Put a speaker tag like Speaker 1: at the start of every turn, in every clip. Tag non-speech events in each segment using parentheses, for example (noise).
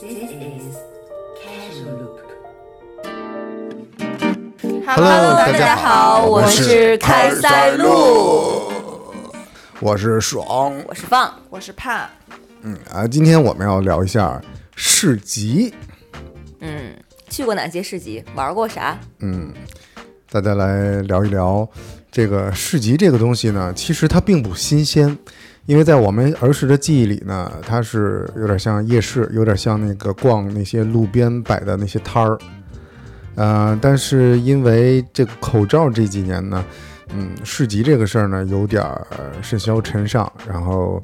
Speaker 1: This is Casual Loop.
Speaker 2: Hello，大家好，我是开塞露，
Speaker 3: 我是爽
Speaker 2: 我是放，
Speaker 4: 我是怕，
Speaker 3: 啊。今天我们要聊一下市集，
Speaker 2: 去过哪些市集，玩过啥？
Speaker 3: 大家来聊一聊这个市集这个东西呢。其实它并不新鲜，因为在我们儿时的记忆里呢，它是有点像夜市，有点像那个逛那些路边摆的那些摊儿。呃，但是因为这个口罩这几年呢，嗯，市集这个事儿呢，有点儿甚嚣尘上，然后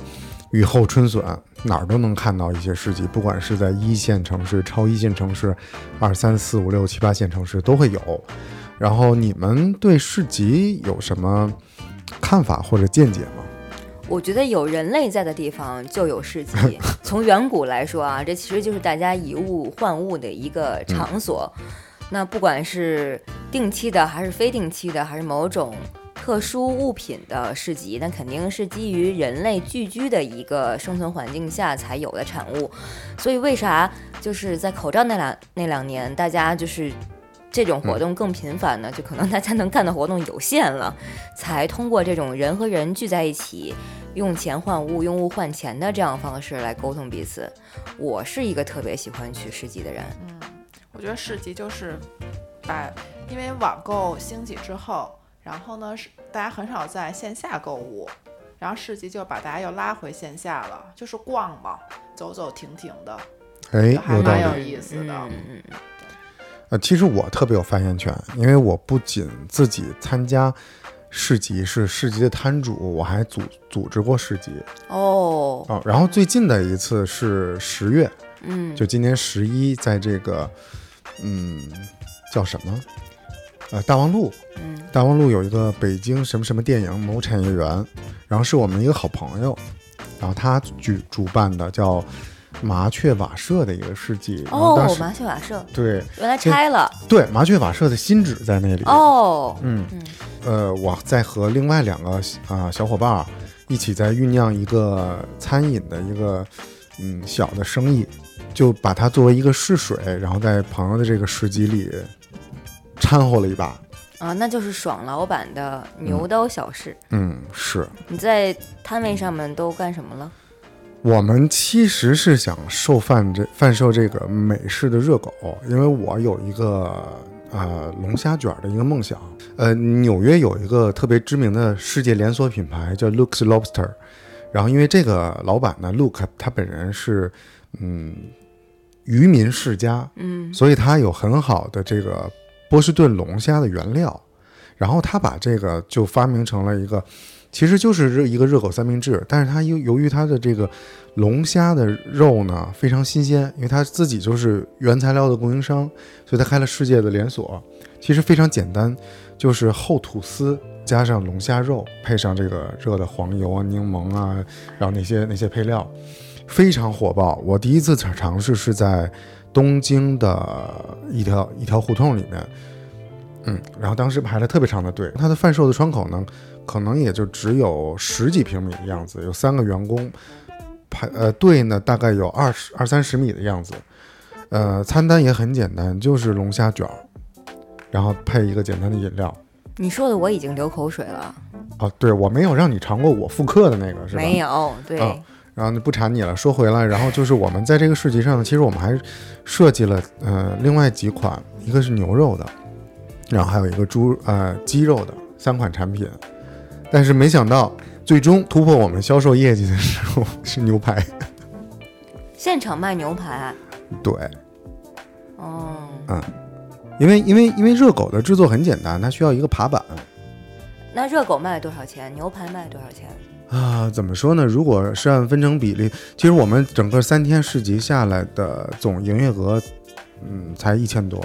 Speaker 3: 雨后春笋，哪儿都能看到一些市集，不管是在一线城市、超一线城市、二三四五六七八线城市都会有。然后你们对市集有什么看法或者见解吗？
Speaker 2: 我觉得有人类在的地方就有市集。从远古来说啊，这其实就是大家以物换物的一个场所。那不管是定期的，还是非定期的，还是某种特殊物品的市集，那肯定是基于人类聚居的一个生存环境下才有的产物。所以为啥就是在口罩那两那两年，大家就是。这种活动更频繁呢，就可能大家能干的活动有限了，才通过这种人和人聚在一起，用钱换物、用物换钱的这样方式来沟通彼此。我是一个特别喜欢去市集的人，
Speaker 4: 我觉得市集就是把，因为网购兴起之后，然后呢是大家很少在线下购物，然后市集就把大家又拉回线下了，就是逛嘛，走走停停的，
Speaker 3: 哎，
Speaker 4: 就还
Speaker 3: 有道
Speaker 4: 蛮有
Speaker 3: 理。
Speaker 4: 意思的。
Speaker 2: 嗯嗯
Speaker 3: 呃，其实我特别有发言权，因为我不仅自己参加市集是市集的摊主，我还组组织过市集
Speaker 2: 哦，
Speaker 3: 啊、然后最近的一次是十月，
Speaker 2: 嗯，
Speaker 3: 就今年十一，在这个嗯叫什么呃大望路，
Speaker 2: 嗯
Speaker 3: 大望路有一个北京什么什么电影某产业园，然后是我们一个好朋友，然后他举主办的叫麻雀瓦舍的一个市集，然后
Speaker 2: 哦，
Speaker 3: 当时、
Speaker 2: 麻雀瓦舍
Speaker 3: 对
Speaker 2: 原来拆了
Speaker 3: 对麻雀瓦舍的新址在那里，
Speaker 2: 哦，
Speaker 3: 嗯
Speaker 2: 嗯，
Speaker 3: 呃，我在和另外两个啊、小伙伴儿一起在酝酿一个餐饮的一个嗯小的生意，就把它作为一个试水，然后在朋友的这个市集里掺和了一把，
Speaker 2: 啊，那就是爽老板的牛刀小试。
Speaker 3: 嗯，是。
Speaker 2: 你在摊位上面都干什么了？
Speaker 3: 我们其实是想售贩这贩售这个美式的热狗，因为我有一个呃龙虾卷的一个梦想。呃，纽约有一个特别知名的世界连锁品牌叫 Luke's Lobster，然后因为这个老板呢，Luke 他本人是嗯渔民世家，
Speaker 2: 嗯，
Speaker 3: 所以他有很好的这个波士顿龙虾的原料，然后他把这个就发明成了一个，其实就是热一个热狗三明治，但是他由由于它的这个龙虾的肉呢非常新鲜，因为他自己就是原材料的供应商，所以他开了世界的连锁，其实非常简单，就是厚吐司。加上龙虾肉，配上这个热的黄油啊、柠檬啊，然后那些那些配料，非常火爆。我第一次尝尝试是在东京的一条一条胡同里面，嗯，然后当时排了特别长的队。它的贩售的窗口呢，可能也就只有十几平米的样子，有三个员工，排呃队呢大概有二十二三十米的样子。呃，餐单也很简单，就是龙虾卷儿，然后配一个简单的饮料。
Speaker 2: 你说的我已经流口水了，
Speaker 3: 哦，对，我没有让你尝过我复刻的那个，是吧？
Speaker 2: 没有，对，
Speaker 3: 啊然后就不缠你了。说回来，然后就是我们在这个市集上呢，其实我们还设计了呃另外几款，一个是牛肉的，然后还有一个猪呃鸡肉的三款产品。但是没想到，最终突破我们销售业绩的时候 (laughs) 是牛排。
Speaker 2: 现场卖牛排，
Speaker 3: 对，
Speaker 2: 哦，
Speaker 3: 因为因为因为热狗的制作很简单，它需要一个爬板。
Speaker 2: 那热狗卖多少钱？牛排卖多少钱？
Speaker 3: 啊，怎么说呢？如果是按分成比例，其实我们整个三天市集下来的总营业额，嗯，才一千多。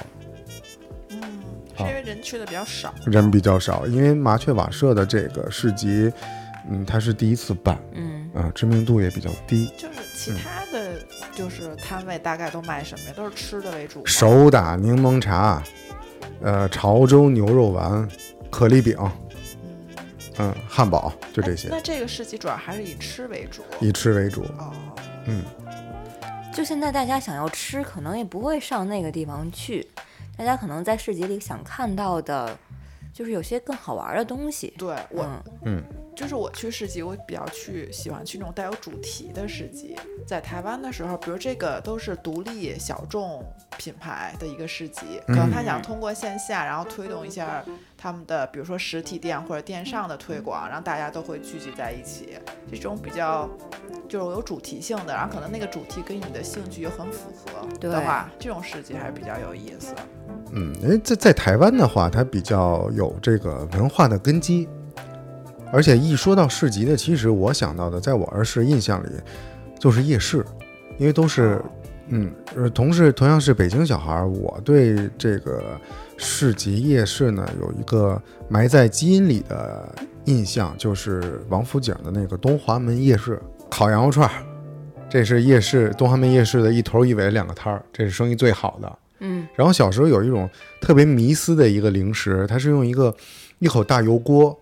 Speaker 4: 嗯，是
Speaker 3: 好
Speaker 4: 因为人去的比较少，
Speaker 3: 人比较少，因为麻雀瓦舍的这个市集，嗯，它是第一次办
Speaker 2: 嗯，
Speaker 3: 啊，知名度也比较低。
Speaker 4: 就是其他的就是摊位大概都卖什么呀？都是吃的为主吗。
Speaker 3: 手打柠檬茶，呃，潮州牛肉丸、可丽饼，
Speaker 4: 嗯，
Speaker 3: 嗯，汉堡，就这
Speaker 4: 哎
Speaker 3: 些，
Speaker 4: 那这个市集主要还是以吃为主。
Speaker 3: 以吃为主。
Speaker 4: 哦，
Speaker 3: 嗯，
Speaker 2: 就现在大家想要吃，可能也不会上那个地方去，大家可能在市集里想看到的，就是有些更好玩的东西。
Speaker 4: 对我、
Speaker 2: 嗯，
Speaker 4: 就是我去市集，我比较去喜欢去那种带有主题的市集。在台湾的时候，比如这个都是独立小众品牌的一个市集，可
Speaker 3: 嗯
Speaker 4: 能他想通过线下，然后推动一下他们的，比如说实体店或者电商的推广，让大家都会聚集在一起。这种比较就是有主题性的，然后可能那个主题跟你的兴趣又很符合
Speaker 2: 对
Speaker 4: 的话，这种市集还是比较有意思。
Speaker 3: 嗯，因为在在台湾的话，它比较有这个文化的根基，而且一说到市集的，其实我想到的，在我儿时印象里就是夜市，因为都是嗯，呃，同是同样是北京小孩儿，我对这个市集夜市呢有一个埋在基因里的印象，就是王府井的那个东华门夜市烤羊肉串儿，这是夜市东华门夜市的一头一尾两个摊儿，这是生意最好的。
Speaker 2: 嗯，
Speaker 3: 然后小时候有一种特别迷思的一个零食，它是用一个一口大油锅，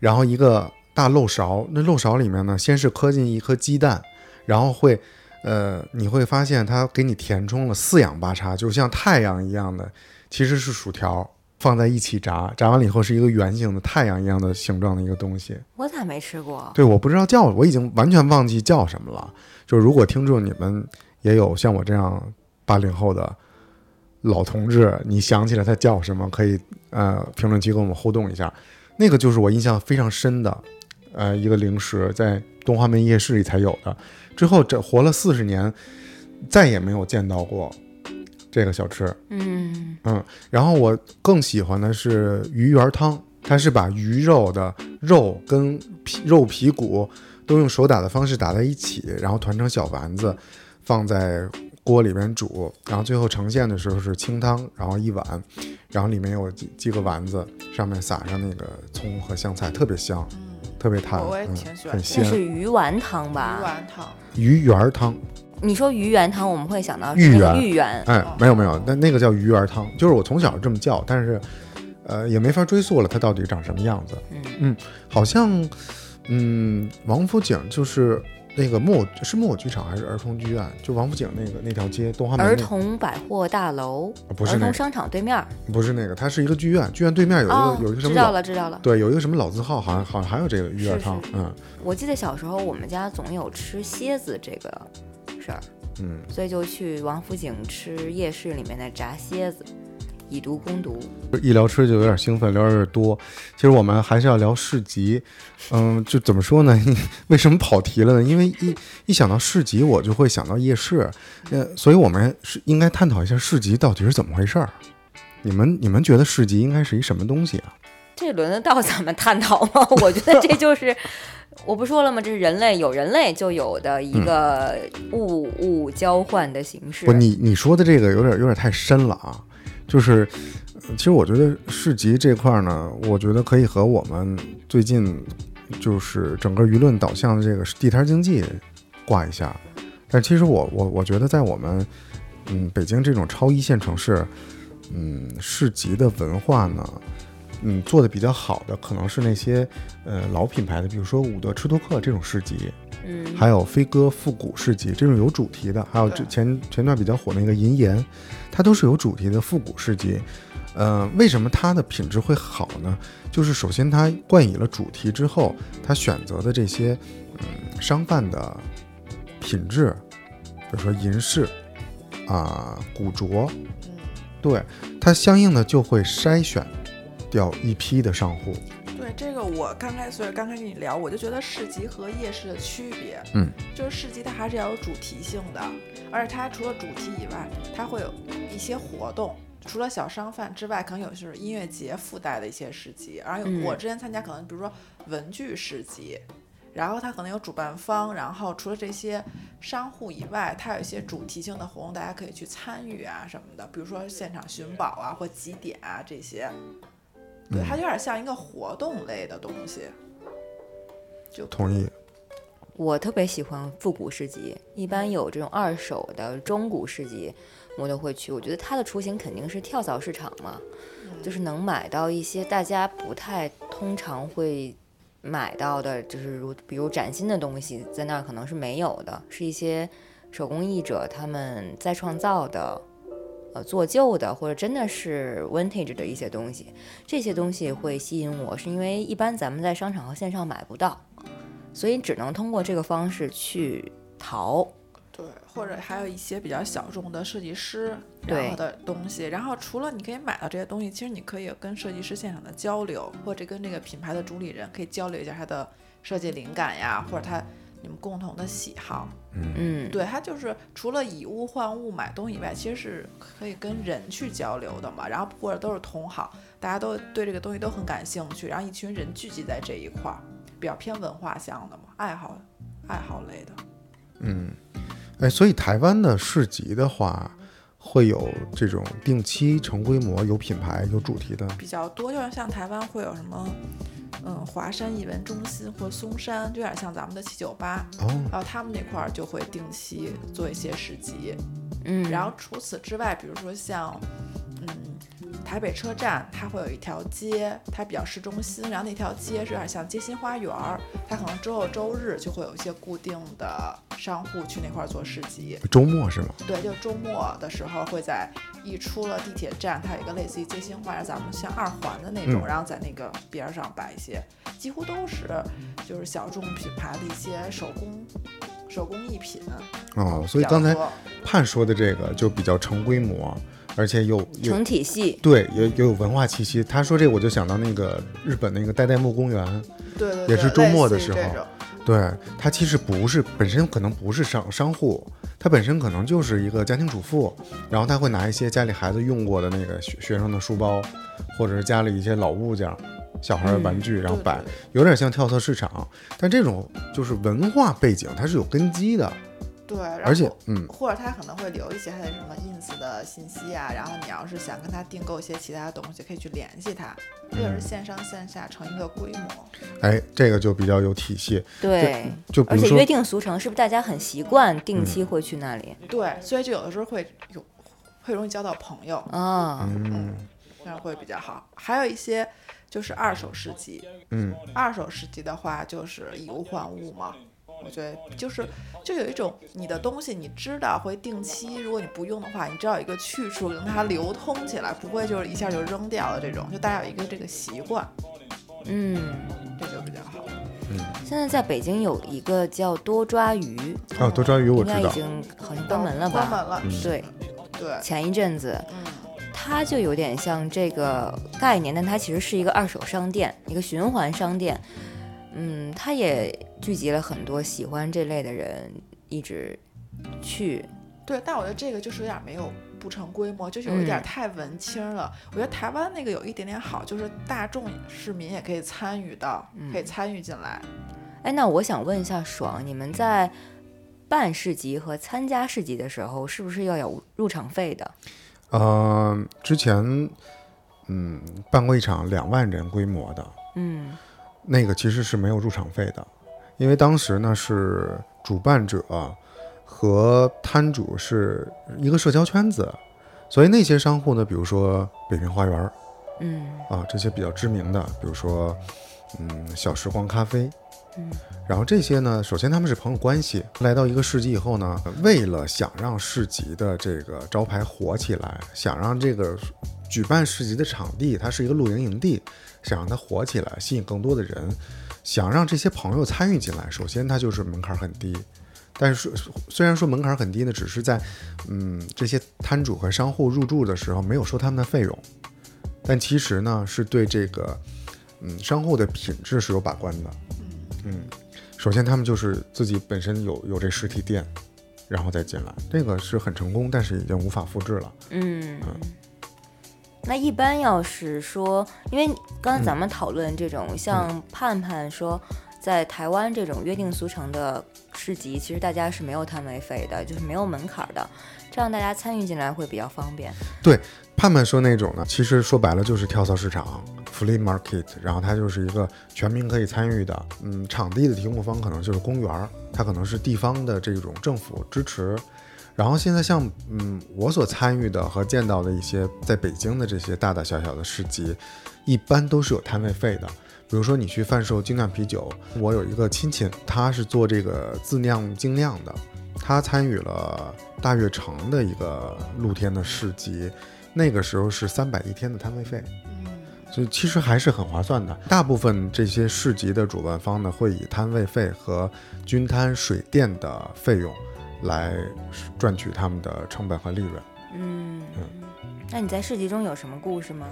Speaker 3: 然后一个大漏勺，那漏勺里面呢，先是磕进一颗鸡蛋，然后会，呃，你会发现它给你填充了四仰八叉，就像太阳一样的，其实是薯条放在一起炸，炸完了以后是一个圆形的太阳一样的形状的一个东西。
Speaker 2: 我咋没吃过？啊
Speaker 3: 对，我不知道叫，我已经完全忘记叫什么了。就是如果听众你们也有像我这样八零后的老同志，你想起来它叫什么，可以呃评论区跟我们互动一下。那个就是我印象非常深的，呃，一个零食在东华门夜市里才有的。之后这活了四十年，再也没有见到过这个小吃。
Speaker 2: 嗯，
Speaker 3: 然后我更喜欢的是鱼圆汤，它是把鱼肉的肉跟皮肉皮骨都用手打的方式打在一起，然后团成小丸子，放在锅里边煮，然后最后呈现的时候是清汤，然后一碗，然后里面有几几个丸子，上面撒上那个葱和香菜，特别香，特别弹，
Speaker 4: 嗯哦我也
Speaker 3: 嗯
Speaker 4: 挺喜欢
Speaker 3: 很
Speaker 4: 吃
Speaker 2: 那
Speaker 3: 鲜。
Speaker 2: 是鱼丸汤
Speaker 4: 鱼
Speaker 2: 吧？
Speaker 4: 丸汤，
Speaker 3: 鱼圆汤，
Speaker 2: 你说鱼圆汤，我们会想到是那个芋
Speaker 3: 芋
Speaker 2: 圆。
Speaker 3: 哎，没有没有，那那个叫鱼圆汤，就是我从小这么叫，但是，呃，也没法追溯了，它到底长什么样子。
Speaker 2: 嗯
Speaker 3: 好像，嗯，王府井就是那个木偶是木偶剧场还是儿童剧院？就王府井那个那条街，东华门
Speaker 2: 儿
Speaker 3: 那
Speaker 2: 童百货大楼，
Speaker 3: 不是
Speaker 2: 儿
Speaker 3: 那
Speaker 2: 童
Speaker 3: 个，
Speaker 2: 商场对面儿。
Speaker 3: 不是那个，它是一个剧院，剧院对面有一个、
Speaker 2: 哦
Speaker 3: 有一个
Speaker 2: 知
Speaker 3: 什么
Speaker 2: 道
Speaker 3: 老
Speaker 2: 了，知道了。
Speaker 3: 对，有一个什么老字号，好像好像还有这个鱼圆
Speaker 2: 是
Speaker 3: 汤，
Speaker 2: 是
Speaker 3: 嗯
Speaker 2: 我记得小时候我们家总有吃蝎子这个事儿，
Speaker 3: 嗯，
Speaker 2: 所以就去王府井吃夜市里面的炸蝎子，以毒攻毒。
Speaker 3: 一聊吃就有点兴奋，聊得有点多。其实我们还是要聊市集，嗯，就怎么说呢？ (laughs) 为什么跑题了呢？因为一一想到市集，我就会想到夜市，呃，所以我们是应该探讨一下市集到底是怎么回事儿。你们你们觉得市集应该是一什么东西啊？
Speaker 2: 这轮得到咱们探讨吗？ (laughs) 我觉得这就是，我不说了吗？这是人类有人类就有的一个物物交换的形式
Speaker 3: 嗯不，。你你说的这个有点有点太深了啊。就是，呃其实我觉得市集这块儿呢，我觉得可以和我们最近就是整个舆论导向的这个地摊经济挂一下。但其实我我我觉得在我们嗯北京这种超一线城市，嗯市集的文化呢，嗯做的比较好的可能是那些呃老品牌的，比如说伍德吃多克这种市集。
Speaker 2: 嗯，
Speaker 3: 还有飞鸽复古市集这种有主题的，还有之
Speaker 4: 对
Speaker 3: 前前段比较火那个银盐，它都是有主题的复古市集。呃，为什么它的品质会好呢？就是首先它冠以了主题之后，它选择的这些嗯商贩的品质，比如说银饰啊、古着，
Speaker 4: 嗯，
Speaker 3: 对它相应的就会筛选掉一批的商户。
Speaker 4: 对这个，我刚开始刚开始跟你聊，我就觉得市集和夜市的区别，
Speaker 3: 嗯，
Speaker 4: 就是市集它还是要有主题性的，而且它除了主题以外，它会有一些活动。除了小商贩之外，可能有就是音乐节附带的一些市集，而
Speaker 2: 嗯
Speaker 4: 有我之前参加可能比如说文具市集，然后它可能有主办方，然后除了这些商户以外，它有一些主题性的活动，大家可以去参与啊什么的，比如说现场寻宝啊或集点啊这些。对，它有点像一个活动类的东西。就
Speaker 3: 同意。
Speaker 2: 我特别喜欢复古市集，一般有这种二手的中古市集，我都会去。我觉得它的雏形肯定是跳蚤市场嘛，就是能买到一些大家不太通常会买到的，就是如比如崭新的东西，在那儿可能是没有的，是一些手工艺者他们再创造的。呃，做旧的或者真的是 vintage 的一些东西，这些东西会吸引我，是因为一般咱们在商场和线上买不到，所以只能通过这个方式去淘。
Speaker 4: 对，或者还有一些比较小众的设计师
Speaker 2: 对
Speaker 4: 然后的东西。然后除了你可以买到这些东西，其实你可以跟设计师现场的交流，或者跟这个品牌的主理人可以交流一下他的设计灵感呀，或者他你们共同的喜好。
Speaker 2: 嗯，
Speaker 4: 对，它就是除了以物换物买东西以外，其实是可以跟人去交流的嘛。然后或者都是同好，大家都对这个东西都很感兴趣，然后一群人聚集在这一块儿，比较偏文化向的嘛，爱好爱好类的。
Speaker 3: 哎，所以台湾的市集的话，会有这种定期、成规模、有品牌、有主题的。
Speaker 4: 比较多，就是像台湾会有什么，嗯，华山艺文中心或松山，有点像咱们的七九八，
Speaker 3: 哦，
Speaker 4: 然后他们那块儿就会定期做一些市集。
Speaker 2: 嗯，
Speaker 4: 然后除此之外，比如说像，嗯，台北车站，它会有一条街，它比较市中心，然后那条街是有点像街心花园儿，它可能周六周日就会有一些固定的商户去那块儿做市集。
Speaker 3: 周末是吗？
Speaker 4: 对，就周末的时候会在一出了地铁站，它有一个类似于街心花园，咱们像二环的那种，
Speaker 3: 嗯
Speaker 4: 然后在那个边儿上摆一些，几乎都是就是小众品牌的一些手工手工艺品。
Speaker 3: 哦，所以
Speaker 4: 比较
Speaker 3: 刚才
Speaker 4: 多
Speaker 3: 盼说的这个就比较成规模，而且有有
Speaker 2: 成体系，
Speaker 3: 对，也也有文化气息。他说这个，我就想到那个日本那个代代木公园，
Speaker 4: 对对对，
Speaker 3: 也是周
Speaker 4: 类
Speaker 3: 末
Speaker 4: 似
Speaker 3: 的
Speaker 4: 于
Speaker 3: 时
Speaker 4: 这
Speaker 3: 候
Speaker 4: 种
Speaker 3: 对它其实不是本身可能不是商商户，它本身可能就是一个家庭主妇，然后他会拿一些家里孩子用过的那个学学生的书包，或者是家里一些老物件儿、小孩儿的玩具，
Speaker 2: 嗯
Speaker 3: 然后
Speaker 4: 对对
Speaker 3: 摆，
Speaker 4: 对
Speaker 3: 有点像跳蚤市场，但这种就是文化背景，它是有根基的，
Speaker 4: 对，然
Speaker 3: 而且
Speaker 4: 后
Speaker 3: 嗯，
Speaker 4: 或者他可能会留一些他的什么 ins 的信息啊，然后你要是想跟他订购一些其他的东西，可以去联系他，这就是
Speaker 3: 嗯
Speaker 4: 线上线下成一个规模。
Speaker 3: 哎，这个就比较有体系。
Speaker 2: 对，
Speaker 3: 就比
Speaker 2: 而
Speaker 3: 如
Speaker 2: 且
Speaker 3: 说嗯
Speaker 2: 约定俗成，是不是大家很习惯定期会去那里
Speaker 4: 对，所以就有的时候会有会容易交到朋友，
Speaker 2: 啊？
Speaker 4: 嗯，这样会比较好。还有一些就是二手市集，
Speaker 3: 嗯，
Speaker 4: 二手市集的话就是以物换物嘛。我觉得就是，就有一种你的东西，你知道会定期，如果你不用的话，你知道有一个去处让它流通起来，不会就是一下就扔掉了这种。就大家有一个这个习惯，
Speaker 2: 嗯，
Speaker 4: 这就比较好。
Speaker 2: 现在在北京有一个叫多抓鱼，
Speaker 3: 啊，多抓鱼我
Speaker 2: 应
Speaker 3: 知
Speaker 2: 该已
Speaker 3: 道，嗯
Speaker 2: 经好像关门了
Speaker 4: 嗯关
Speaker 2: 吧？嗯
Speaker 4: 门了，
Speaker 2: 对，
Speaker 4: 对，
Speaker 2: 前一阵子
Speaker 4: 嗯，
Speaker 2: 它就有点像这个概念，但它其实是一个二手商店，一个循环商店。嗯，它也聚集了很多喜欢这类的人，一直去。
Speaker 4: 对，但我觉得这个就是有点没有不成规模，就是有一点
Speaker 2: 嗯
Speaker 4: 太文青了。我觉得台湾那个有一点点好，就是大众市民也可以参与到，可以参与进来。
Speaker 2: 哎，那我想问一下爽，你们在办市集和参加市集的时候，是不是要有入场费的？
Speaker 3: 呃，之前嗯办过一场两万人规模的，
Speaker 2: 嗯
Speaker 3: 那个其实是没有入场费的，因为当时呢是主办者和摊主是一个社交圈子，所以那些商户呢，比如说北平花园儿
Speaker 2: 嗯
Speaker 3: 啊这些比较知名的，比如说嗯小时光咖啡，
Speaker 2: 嗯，
Speaker 3: 然后这些呢，首先他们是朋友关系，来到一个市集以后呢，为了想让市集的这个招牌火起来，想让这个举办市集的场地它是一个露营营地，想让它火起来，吸引更多的人，想让这些朋友参与进来，首先它就是门槛很低。但是说虽然说门槛很低呢，只是在嗯这些摊主和商户入驻的时候没有收他们的费用，但其实呢是对这个嗯商户的品质是有把关的。嗯首先他们就是自己本身有有这实体店，然后再进来，这个是很成功，但是已经无法复制了。
Speaker 2: 嗯。那一般要是说，因为刚才咱们讨论这种，像盼盼说，在台湾这种约定俗成的市集，其实大家是没有摊位费的，就是没有门槛儿的，这样大家参与进来会比较方便。
Speaker 3: 盼盼说那种呢，其实说白了就是跳蚤市场 （flea market），然后它就是一个全民可以参与的。嗯，场地的提供方可能就是公园儿，它可能是地方的这种政府支持。然后现在像嗯我所参与的和见到的一些在北京的这些大大小小的市集，一般都是有摊位费的。比如说你去贩售精酿啤酒，我有一个亲戚，他是做这个自酿精酿的，他参与了大悦城的一个露天的市集，那个时候是三百一天的摊位费，所以其实还是很划算的。大部分这些市集的主办方呢，会以摊位费和均摊水电的费用来赚取他们的成本和利润。
Speaker 2: 嗯，那你在市集中有什么故事吗？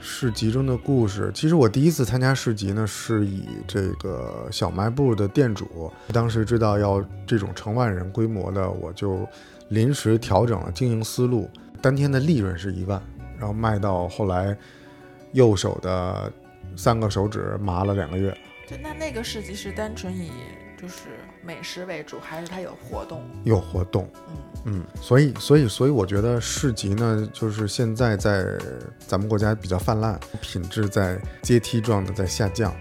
Speaker 3: 市集中的故事，其实我第一次参加市集呢，是以这个小卖部的店主，当时知道要这种成万人规模的，我就临时调整了经营思路，当天的利润是一万，然后卖到后来，右手的三个手指麻了两个月，
Speaker 4: 对，那那个市集是单纯以就是美食为主，还是它有活动？
Speaker 3: 又活动，
Speaker 4: 嗯，
Speaker 3: 嗯，所以，所以，所以，我觉得市集呢，就是现在在咱们国家比较泛滥，品质在阶梯状的在下降，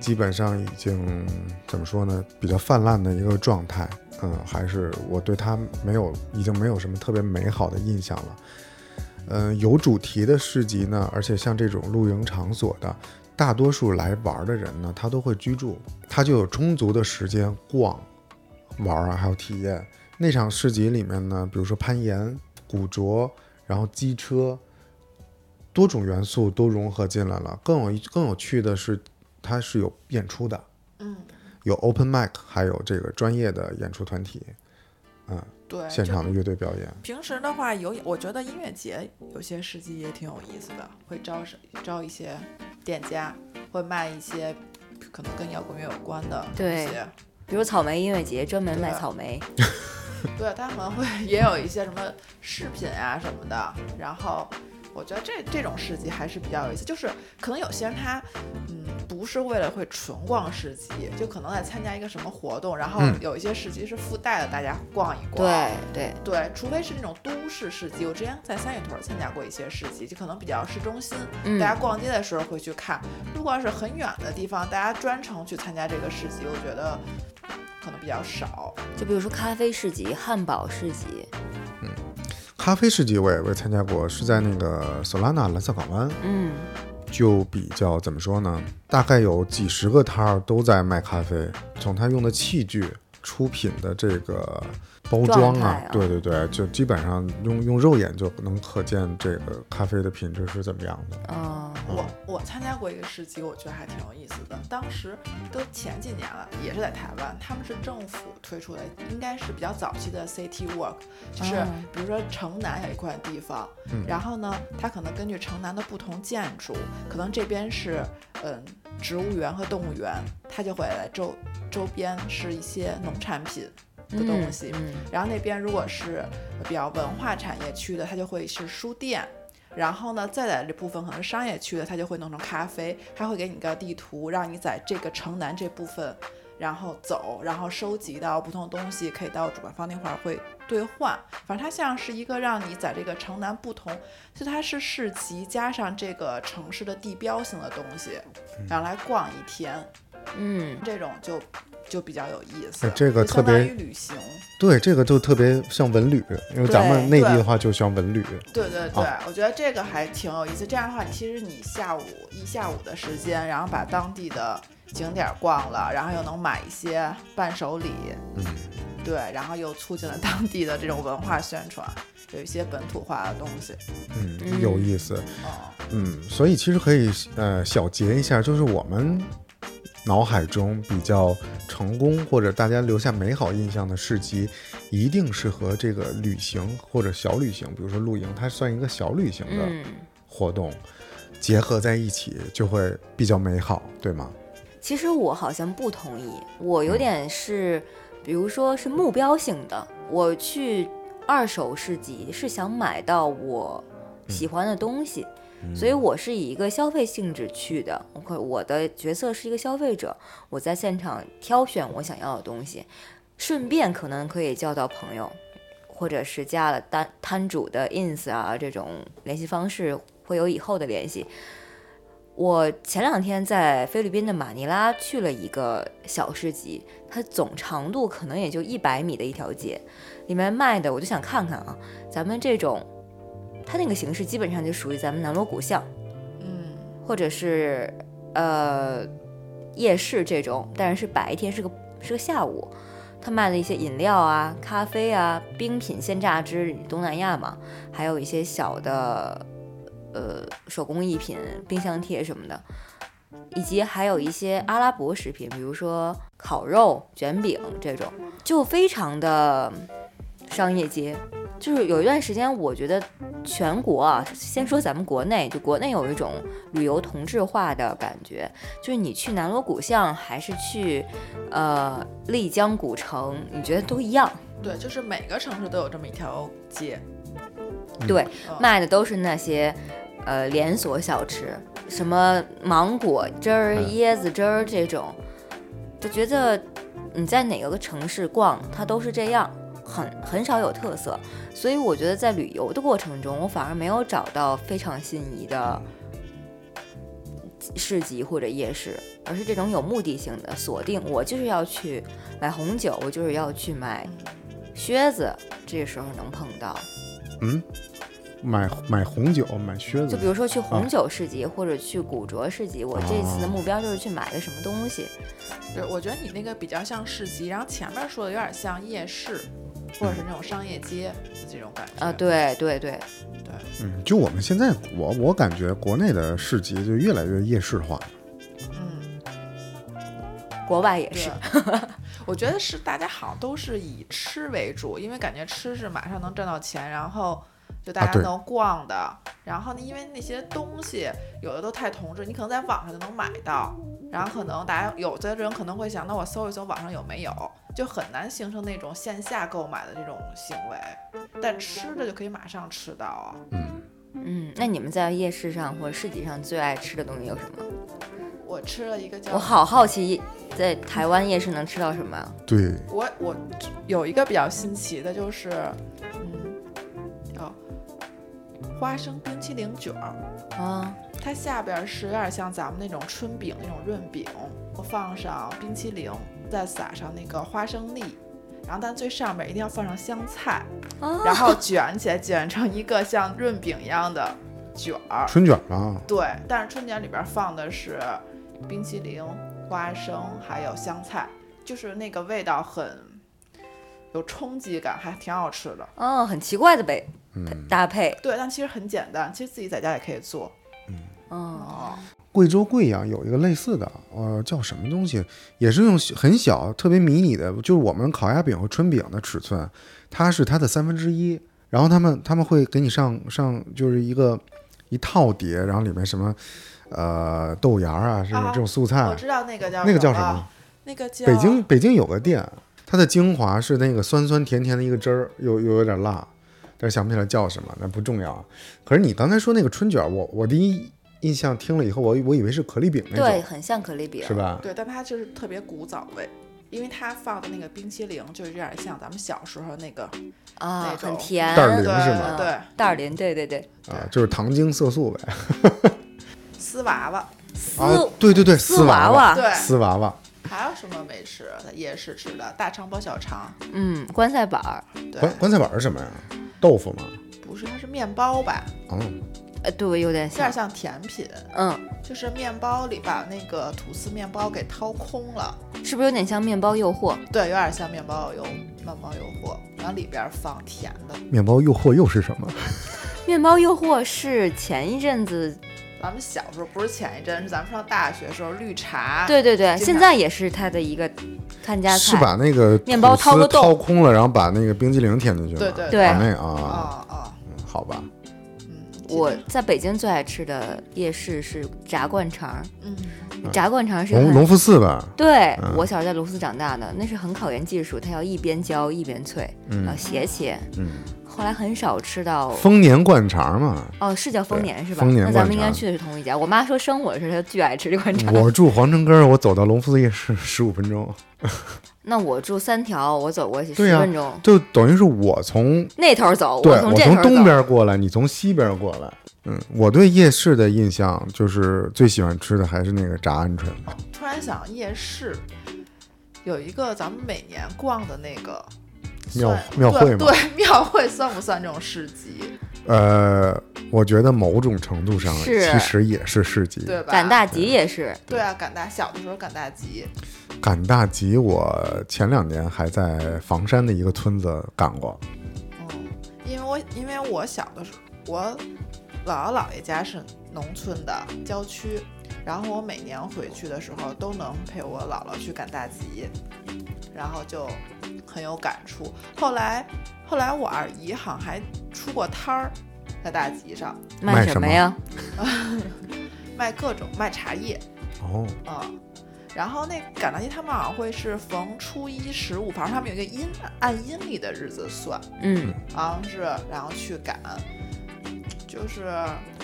Speaker 3: 基本上已经怎么说呢，比较泛滥的一个状态。嗯，还是我对它没有，已经没有什么特别美好的印象了。嗯，有主题的市集呢，而且像这种露营场所的，大多数来玩的人呢，他都会居住，他就有充足的时间逛、玩啊，还有体验。那场市集里面呢，比如说攀岩、古着，然后机车，多种元素都融合进来了。更有一更有趣的是，它是有演出的，嗯，有 open mic，还有这个专业的演出团体，
Speaker 4: 对，
Speaker 3: 现
Speaker 4: 就
Speaker 3: 场的乐队表演。
Speaker 4: 平时的话有，我觉得音乐节有些市集也挺有意思的，会招是招一些店家，会卖一些可能跟摇滚乐有关的东
Speaker 2: 对
Speaker 4: 西。
Speaker 2: 比如草莓音乐节专门卖
Speaker 4: 对
Speaker 2: 草莓，
Speaker 4: 对，他们会也有一些什么饰品啊什么的，然后我觉得这这种市集还是比较有意思。就是可能有些人他，嗯，不是为了会纯逛市集，就可能在参加一个什么活动，然后
Speaker 3: 嗯
Speaker 4: 有一些市集是附带的，大家逛一逛。
Speaker 2: 对对，
Speaker 4: 对，除非是那种都市市集，我之前在三里屯参加过一些市集，就可能比较市中心，
Speaker 2: 嗯
Speaker 4: 大家逛街的时候会去看。如果要是很远的地方，大家专程去参加这个市集，我觉得可能比较少。
Speaker 2: 就比如说咖啡市集、汉堡市集，
Speaker 3: 咖啡市集我也我也参加过，是在那个 Solana 蓝色港湾，
Speaker 2: 嗯，
Speaker 3: 就比较怎么说呢？大概有几十个摊儿都在卖咖啡，从他用的器具、出品的这个包装
Speaker 2: 状态
Speaker 3: 啊
Speaker 2: 啊，
Speaker 3: 对对对，就基本上用用肉眼就能可见这个咖啡的品质是怎么样的。
Speaker 2: 哦，
Speaker 4: 我我参加过一个市集，我觉得还挺有意思的。当时都前几年了，也是在台湾，他们是政府推出的，应该是比较早期的 City Walk，就是
Speaker 2: 哦嗯
Speaker 4: 比如说城南有一块地方，然后呢，它可能根据城南的不同建筑，可能这边是嗯植物园和动物园，它就会来周周边是一些农产品的东西，
Speaker 2: 嗯嗯
Speaker 4: 然后那边如果是比较文化产业区的，它就会是书店。然后呢，再在这部分可能是商业区的，它就会弄成咖啡，它会给你个地图，让你在这个城南这部分，然后走，然后收集到不同的东西，可以到主办方那块儿会兑换。反正它像是一个让你在这个城南不同，就它是市集加上这个城市的地标性的东西，然后来逛一天，
Speaker 2: 嗯，
Speaker 4: 这种就就比较有意思。
Speaker 3: 哎这个
Speaker 4: 就相
Speaker 3: 特别
Speaker 4: 当于旅行，
Speaker 3: 对，这个就特别像文旅，因为咱们内地的话就像文旅。
Speaker 4: 对对对，我觉得这个还挺有意思。这样的话，其实你下午一下午的时间，然后把当地的景点逛了，然后又能买一些伴手礼，
Speaker 3: 嗯，
Speaker 4: 对，然后又促进了当地的这种文化宣传，有一些本土化的东西。
Speaker 3: 嗯，
Speaker 2: 嗯
Speaker 3: 有意思。
Speaker 4: 哦，
Speaker 3: 嗯，所以其实可以呃小结一下，就是我们脑海中比较成功或者大家留下美好印象的市集，一定是和这个旅行或者小旅行，比如说露营，它算一个小旅行的
Speaker 2: 嗯，
Speaker 3: 活动，结合在一起就会比较美好，对吗？
Speaker 2: 其实我好像不同意，我有点是，比如说是目标性的，我去二手市集是想买到我喜欢的东西，所以我是以一个消费性质去的。我可我的角色是一个消费者，我在现场挑选我想要的东西，顺便可能可以交到朋友，或者是加了摊摊主的 ins 啊这种联系方式，会有以后的联系。我前两天在菲律宾的马尼拉去了一个小市集，它总长度可能也就一百米的一条街，里面卖的我就想看看啊，咱们这种，它那个形式基本上就属于咱们南锣鼓巷
Speaker 4: 嗯，
Speaker 2: 或者是呃夜市这种，但是是白天是个是个下午，他卖了一些饮料啊、咖啡啊、冰品鲜榨汁，东南亚嘛，还有一些小的呃手工艺品、冰箱贴什么的，以及还有一些阿拉伯食品，比如说烤肉、卷饼这种，就非常的商业街。就是有一段时间，我觉得全国啊，先说咱们国内，就国内有一种旅游同质化的感觉，就是你去南锣鼓巷还是去呃丽江古城，你觉得都一样，
Speaker 4: 对，就是每个城市都有这么一条街，
Speaker 2: 对，
Speaker 4: 嗯
Speaker 2: 卖的都是那些呃连锁小吃，什么芒果汁儿、
Speaker 3: 嗯
Speaker 2: 椰子汁儿这种，就觉得你在哪个城市逛，它都是这样，很很少有特色。所以我觉得在旅游的过程中，我反而没有找到非常心仪的市集或者夜市，而是这种有目的性的锁定，我就是要去买红酒，我就是要去买靴子，这时候能碰到。
Speaker 3: 嗯，买买红酒，买靴
Speaker 2: 就
Speaker 3: 子
Speaker 2: 比，如说去红酒市集、或者去古着市集，我这次的
Speaker 3: 啊哦
Speaker 2: 目标就是去买个什么东西。
Speaker 4: 对，我觉得你那个比较像市集，然后前面说的有点像夜市，或者是那种商业街这种感觉
Speaker 2: 啊，对对对，
Speaker 4: 对，
Speaker 3: 嗯，就我们现在，我我感觉国内的市集就越来越夜市化，
Speaker 4: 嗯，
Speaker 2: 国外也是
Speaker 4: 对。
Speaker 3: (laughs)
Speaker 4: 我觉得是大家好像都是以吃为主，因为感觉吃是马上能赚到钱，然后就大
Speaker 3: 啊
Speaker 4: 家
Speaker 3: 对
Speaker 4: 能逛的。然后呢，因为那些东西有的都太同质，你可能在网上就能买到，然后可能大家有的人可能会想，那我搜一搜网上有没有，就很难形成那种线下购买的这种行为。但吃的就可以马上吃到啊。
Speaker 3: 嗯，
Speaker 2: 嗯，那你们在夜市上或者市集上最爱吃的东西有什么？
Speaker 4: 我吃了一个叫
Speaker 2: 我好好奇，在台湾夜市能吃到什么啊？
Speaker 3: 对，
Speaker 4: 我我有一个比较新奇的，就是嗯，叫花生冰淇淋卷儿，
Speaker 2: 啊，
Speaker 4: 它下边儿是有点像咱们那种春饼那种润饼，放上冰淇淋，再撒上那个花生粒。然后，但最上面一定要放上香菜，
Speaker 2: 啊
Speaker 4: 然后卷起来，卷成一个像润饼一样的卷儿。
Speaker 3: 春卷嘛，
Speaker 4: 对，但是春卷里边放的是冰淇淋、花生还有香菜，就是那个味道很有冲击感，还挺好吃的。
Speaker 2: 哦，很奇怪的呗，
Speaker 3: 嗯，
Speaker 2: 搭配。
Speaker 4: 对，但其实很简单，其实自己在家也可以做。
Speaker 2: 嗯，
Speaker 4: 哦，
Speaker 3: 贵州贵阳有一个类似的，呃，叫什么东西，也是用小很小、特别迷你的，就是我们烤鸭饼和春饼的尺寸，它是它的三分之一。然后他们他们会给你上上就是一个一套碟，然后里面什么呃豆芽儿啊，这种、
Speaker 4: 啊
Speaker 3: 这种素菜，
Speaker 4: 我知道那个叫
Speaker 3: 那个叫什
Speaker 4: 么
Speaker 3: 么
Speaker 4: 了，？那个叫
Speaker 2: 啊
Speaker 3: 北京北京有个店，它的精华是那个酸酸甜甜的一个汁儿，又又有点辣，但是想不起来叫什么，那不重要啊。可是你刚才说那个春卷儿，我我第一印象听了以后，我我以为是可丽饼那
Speaker 2: 对，
Speaker 3: 种，
Speaker 2: 很像可丽饼，
Speaker 3: 是？吧？
Speaker 4: 对，但它就是特别古早味。因为它放的那个冰淇淋，就是有点像咱们小时候那个，
Speaker 2: 啊，
Speaker 4: 那种
Speaker 2: 很甜。
Speaker 3: 袋儿
Speaker 4: 对
Speaker 3: 饼是吗
Speaker 2: 嗯
Speaker 4: 对，
Speaker 2: 袋儿林，对对对，
Speaker 3: 啊，就是糖精色素呗。
Speaker 4: 丝娃娃，
Speaker 2: 丝
Speaker 3: 啊，对对对，
Speaker 2: 丝
Speaker 3: 丝
Speaker 2: 娃
Speaker 3: 娃，
Speaker 4: 对，
Speaker 3: 丝娃娃，
Speaker 4: 还有什么美食？夜市吃的大肠包小肠，
Speaker 2: 嗯，棺材板儿，
Speaker 4: 对，
Speaker 3: 棺棺材板儿是什么呀？豆腐吗？
Speaker 4: 不是，它是面包吧，
Speaker 3: 嗯，
Speaker 2: 呃，对，有点
Speaker 4: 有点
Speaker 2: 像。
Speaker 4: 像甜品，
Speaker 2: 嗯，
Speaker 4: 就是面包里把那个吐司面包给掏空了，
Speaker 2: 是不是有点像面包诱惑？
Speaker 4: 对，有点像面包油，面包诱惑，然后里边放甜的，
Speaker 3: 面包诱惑又是
Speaker 2: (laughs)
Speaker 3: 什么？
Speaker 2: 面包诱惑是前一阵子，
Speaker 4: 咱们小时候不是前一阵，是咱们上大学的时候绿茶，
Speaker 2: 对对对，
Speaker 4: 经常
Speaker 2: 现在也是它的一个看家菜，
Speaker 3: 是把那个
Speaker 2: 面包
Speaker 3: 吐
Speaker 2: 掏
Speaker 3: 司
Speaker 2: 个洞
Speaker 3: 掏空了，然后把那个冰激凌填进去吗？
Speaker 4: 对对
Speaker 2: 对
Speaker 3: 啊那
Speaker 4: 啊
Speaker 3: 啊，
Speaker 4: 啊，
Speaker 3: 嗯好吧，
Speaker 4: 嗯，
Speaker 2: 我在北京最爱吃的夜市是炸灌肠儿，
Speaker 4: 嗯，
Speaker 2: 炸灌肠儿是
Speaker 3: 龙
Speaker 2: 很
Speaker 3: 龙福寺吧，
Speaker 2: 对
Speaker 3: 嗯
Speaker 2: 我小时候在卢寺长大的，那是很考验技术，它要一边焦一边脆，
Speaker 3: 嗯
Speaker 2: 要斜切。
Speaker 3: 嗯，
Speaker 2: 后来很少吃到，
Speaker 3: 丰年灌肠嘛。
Speaker 2: 哦，是叫丰年是吧？
Speaker 3: 丰年
Speaker 2: 那咱们
Speaker 3: 灌
Speaker 2: 应该
Speaker 3: 肠嗯
Speaker 2: 去的是同一家。我妈说生我的时候，她巨爱吃这
Speaker 3: (laughs)
Speaker 2: 灌肠儿。
Speaker 3: 我住皇城根儿，我走到龙福寺夜市十五分钟，
Speaker 2: 那我住三条，我走过去十
Speaker 3: 对呀
Speaker 2: 分钟，
Speaker 3: 就等于是我从
Speaker 2: 那头儿走，
Speaker 3: 对
Speaker 2: 从
Speaker 3: 我
Speaker 2: 这头
Speaker 3: 从
Speaker 2: 儿
Speaker 3: 东
Speaker 2: 走。
Speaker 3: 边过来，你从西边过来。嗯，我对夜市的印象就是最喜欢吃的还是那个炸鹌鹑，
Speaker 4: 突然想夜市有一个咱们每年逛的那个
Speaker 3: 庙
Speaker 4: 算
Speaker 3: 庙会吗
Speaker 4: 对对，庙会算不算这种市集？
Speaker 3: 呃，我觉得某种程度上
Speaker 2: 是
Speaker 3: 其实也是市集，
Speaker 4: 对吧？
Speaker 2: 赶大集也是，
Speaker 4: 对啊，赶大小的时候赶大集，
Speaker 3: 赶大集，我前两年还在房山的一个村子赶过。
Speaker 4: 嗯，因为我因为我小的时候，我姥姥姥爷家是农村的郊区，然后我每年回去的时候都能陪我姥姥去赶大集，然后就很有感触。后来后来我二姨好像还出过摊儿，在大集上
Speaker 3: 卖
Speaker 2: 什
Speaker 3: 什么
Speaker 2: 呀？
Speaker 4: 卖各种卖茶叶，
Speaker 3: 哦，
Speaker 4: 嗯。然后那赶大集，他们好像会是逢初一十五，反正他们有一个阴按阴历的日子算，
Speaker 2: 嗯，
Speaker 4: 好像是，然后去赶，就是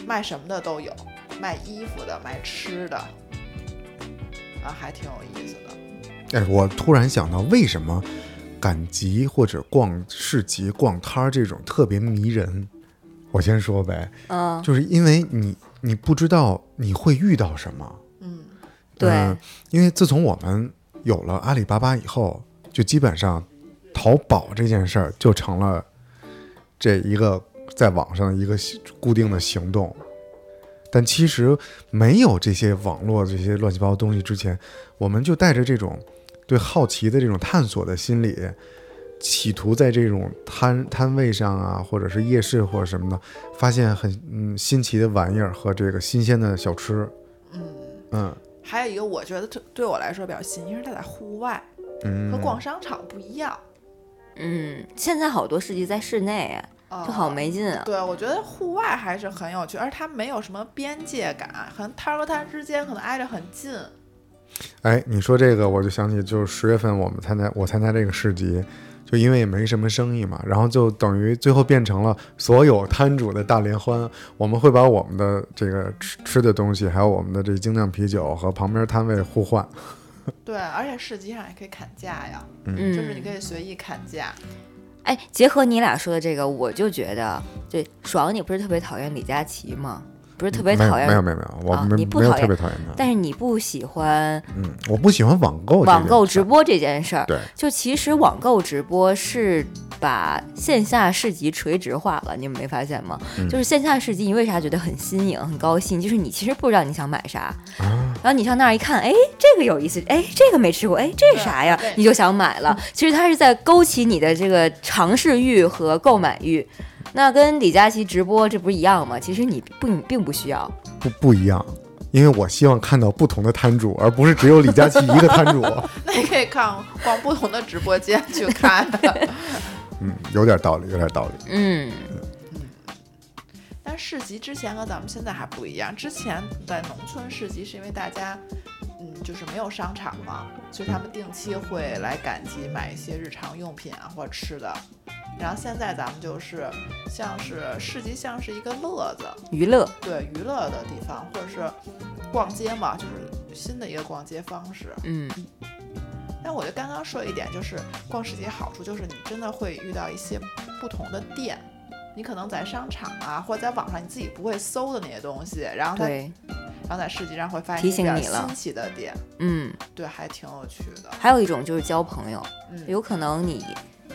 Speaker 4: 卖什么的都有，卖衣服的，卖吃的，啊，还挺有意思的。
Speaker 3: 哎，我突然想到，为什么赶集或者逛市集、逛摊儿这种特别迷人？我先说呗，
Speaker 2: 啊，
Speaker 3: 嗯就是因为你你不知道你会遇到什么。
Speaker 4: 嗯，
Speaker 2: 对，
Speaker 3: 嗯因为自从我们有了阿里巴巴以后，就基本上淘宝这件事儿就成了这一个在网上的一个行固定的行动。但其实没有这些网络这些乱七八糟东西之前，我们就带着这种对好奇的这种探索的心理，企图在这种摊摊位上啊，或者是夜市或者什么的，发现很嗯新奇的玩意儿和这个新鲜的小吃。嗯
Speaker 4: 还有一个我觉得对对我来说比较新，因为它在户外，
Speaker 3: 嗯，
Speaker 4: 和逛商场不一样。
Speaker 2: 嗯，现在好多市集在室内，
Speaker 4: 啊，
Speaker 2: 就好没劲啊。
Speaker 4: 对，我觉得户外还是很有趣，而它没有什么边界感，可能摊儿和摊儿之间可能挨着很近。
Speaker 3: 哎，你说这个，我就想起就是十月份我们参加我参加这个市集，就因为也没什么生意嘛，然后就等于最后变成了所有摊主的大联欢。我们会把我们的这个吃吃的东西，还有我们的这精酿啤酒和旁边摊位互换。
Speaker 4: 对，而且市集上也可以砍价呀，
Speaker 2: 嗯，
Speaker 4: 就是你可以随意砍价。 (laughs)
Speaker 2: 哎，结合你俩说的这个，我就觉得，这爽，你不是特别讨厌李佳琦吗？不是特别
Speaker 3: 嗯没有
Speaker 2: 讨厌，
Speaker 3: 没有没有没有，我
Speaker 2: 啊
Speaker 3: 没、
Speaker 2: 你不
Speaker 3: 没有
Speaker 2: 讨
Speaker 3: 特
Speaker 2: 厌
Speaker 3: 别讨厌他。
Speaker 2: 但是你不喜欢
Speaker 3: 嗯，我不喜欢网购这件事儿。
Speaker 2: 网购直播这件事儿。
Speaker 3: 对，
Speaker 2: 就其实网购直播是把线下市集垂直化了，你们没发现吗？
Speaker 3: 嗯
Speaker 2: 就是线下市集，你为啥觉得很新颖、很高兴？就是你其实不知道你想买啥，
Speaker 3: 啊
Speaker 2: 然后你上那儿一看，哎，这个有意思，哎，这个没吃过，哎，这是啥呀
Speaker 4: 对对？
Speaker 2: 你就想买了。其实它是在勾起你的这个尝试欲和购买欲。那跟李佳琦直播这不是一样吗？其实你不你并不需要，
Speaker 3: 不不一样，因为我希望看到不同的摊主，而不是只有李佳琦一个摊主。 (laughs)
Speaker 4: 那你可以看逛不同的直播间去看。
Speaker 3: 嗯，有点道理，有点道理。
Speaker 2: 嗯，
Speaker 4: 但市集之前和咱们现在还不一样，之前在农村市集是因为大家，嗯，就是没有商场嘛，所以他们定期会来赶集买一些日常用品啊或者吃的。然后现在咱们就是像是市集，像是一个乐子，
Speaker 2: 娱乐。
Speaker 4: 对娱乐的地方，或者是逛街嘛，就是新的一个逛街方式。
Speaker 2: 嗯，
Speaker 4: 但我就刚刚说一点，就是逛市集好处就是你真的会遇到一些不同的店，你可能在商场啊，或者在网上你自己不会搜的那些东西，然后在
Speaker 2: 对，
Speaker 4: 然后在市集上会发现
Speaker 2: 提
Speaker 4: 一些
Speaker 2: 醒
Speaker 4: 比较
Speaker 2: 你了
Speaker 4: 新奇的店，
Speaker 2: 嗯。
Speaker 4: 对，还挺有趣的。
Speaker 2: 还有一种就是交朋友，
Speaker 4: 嗯
Speaker 2: 有可能你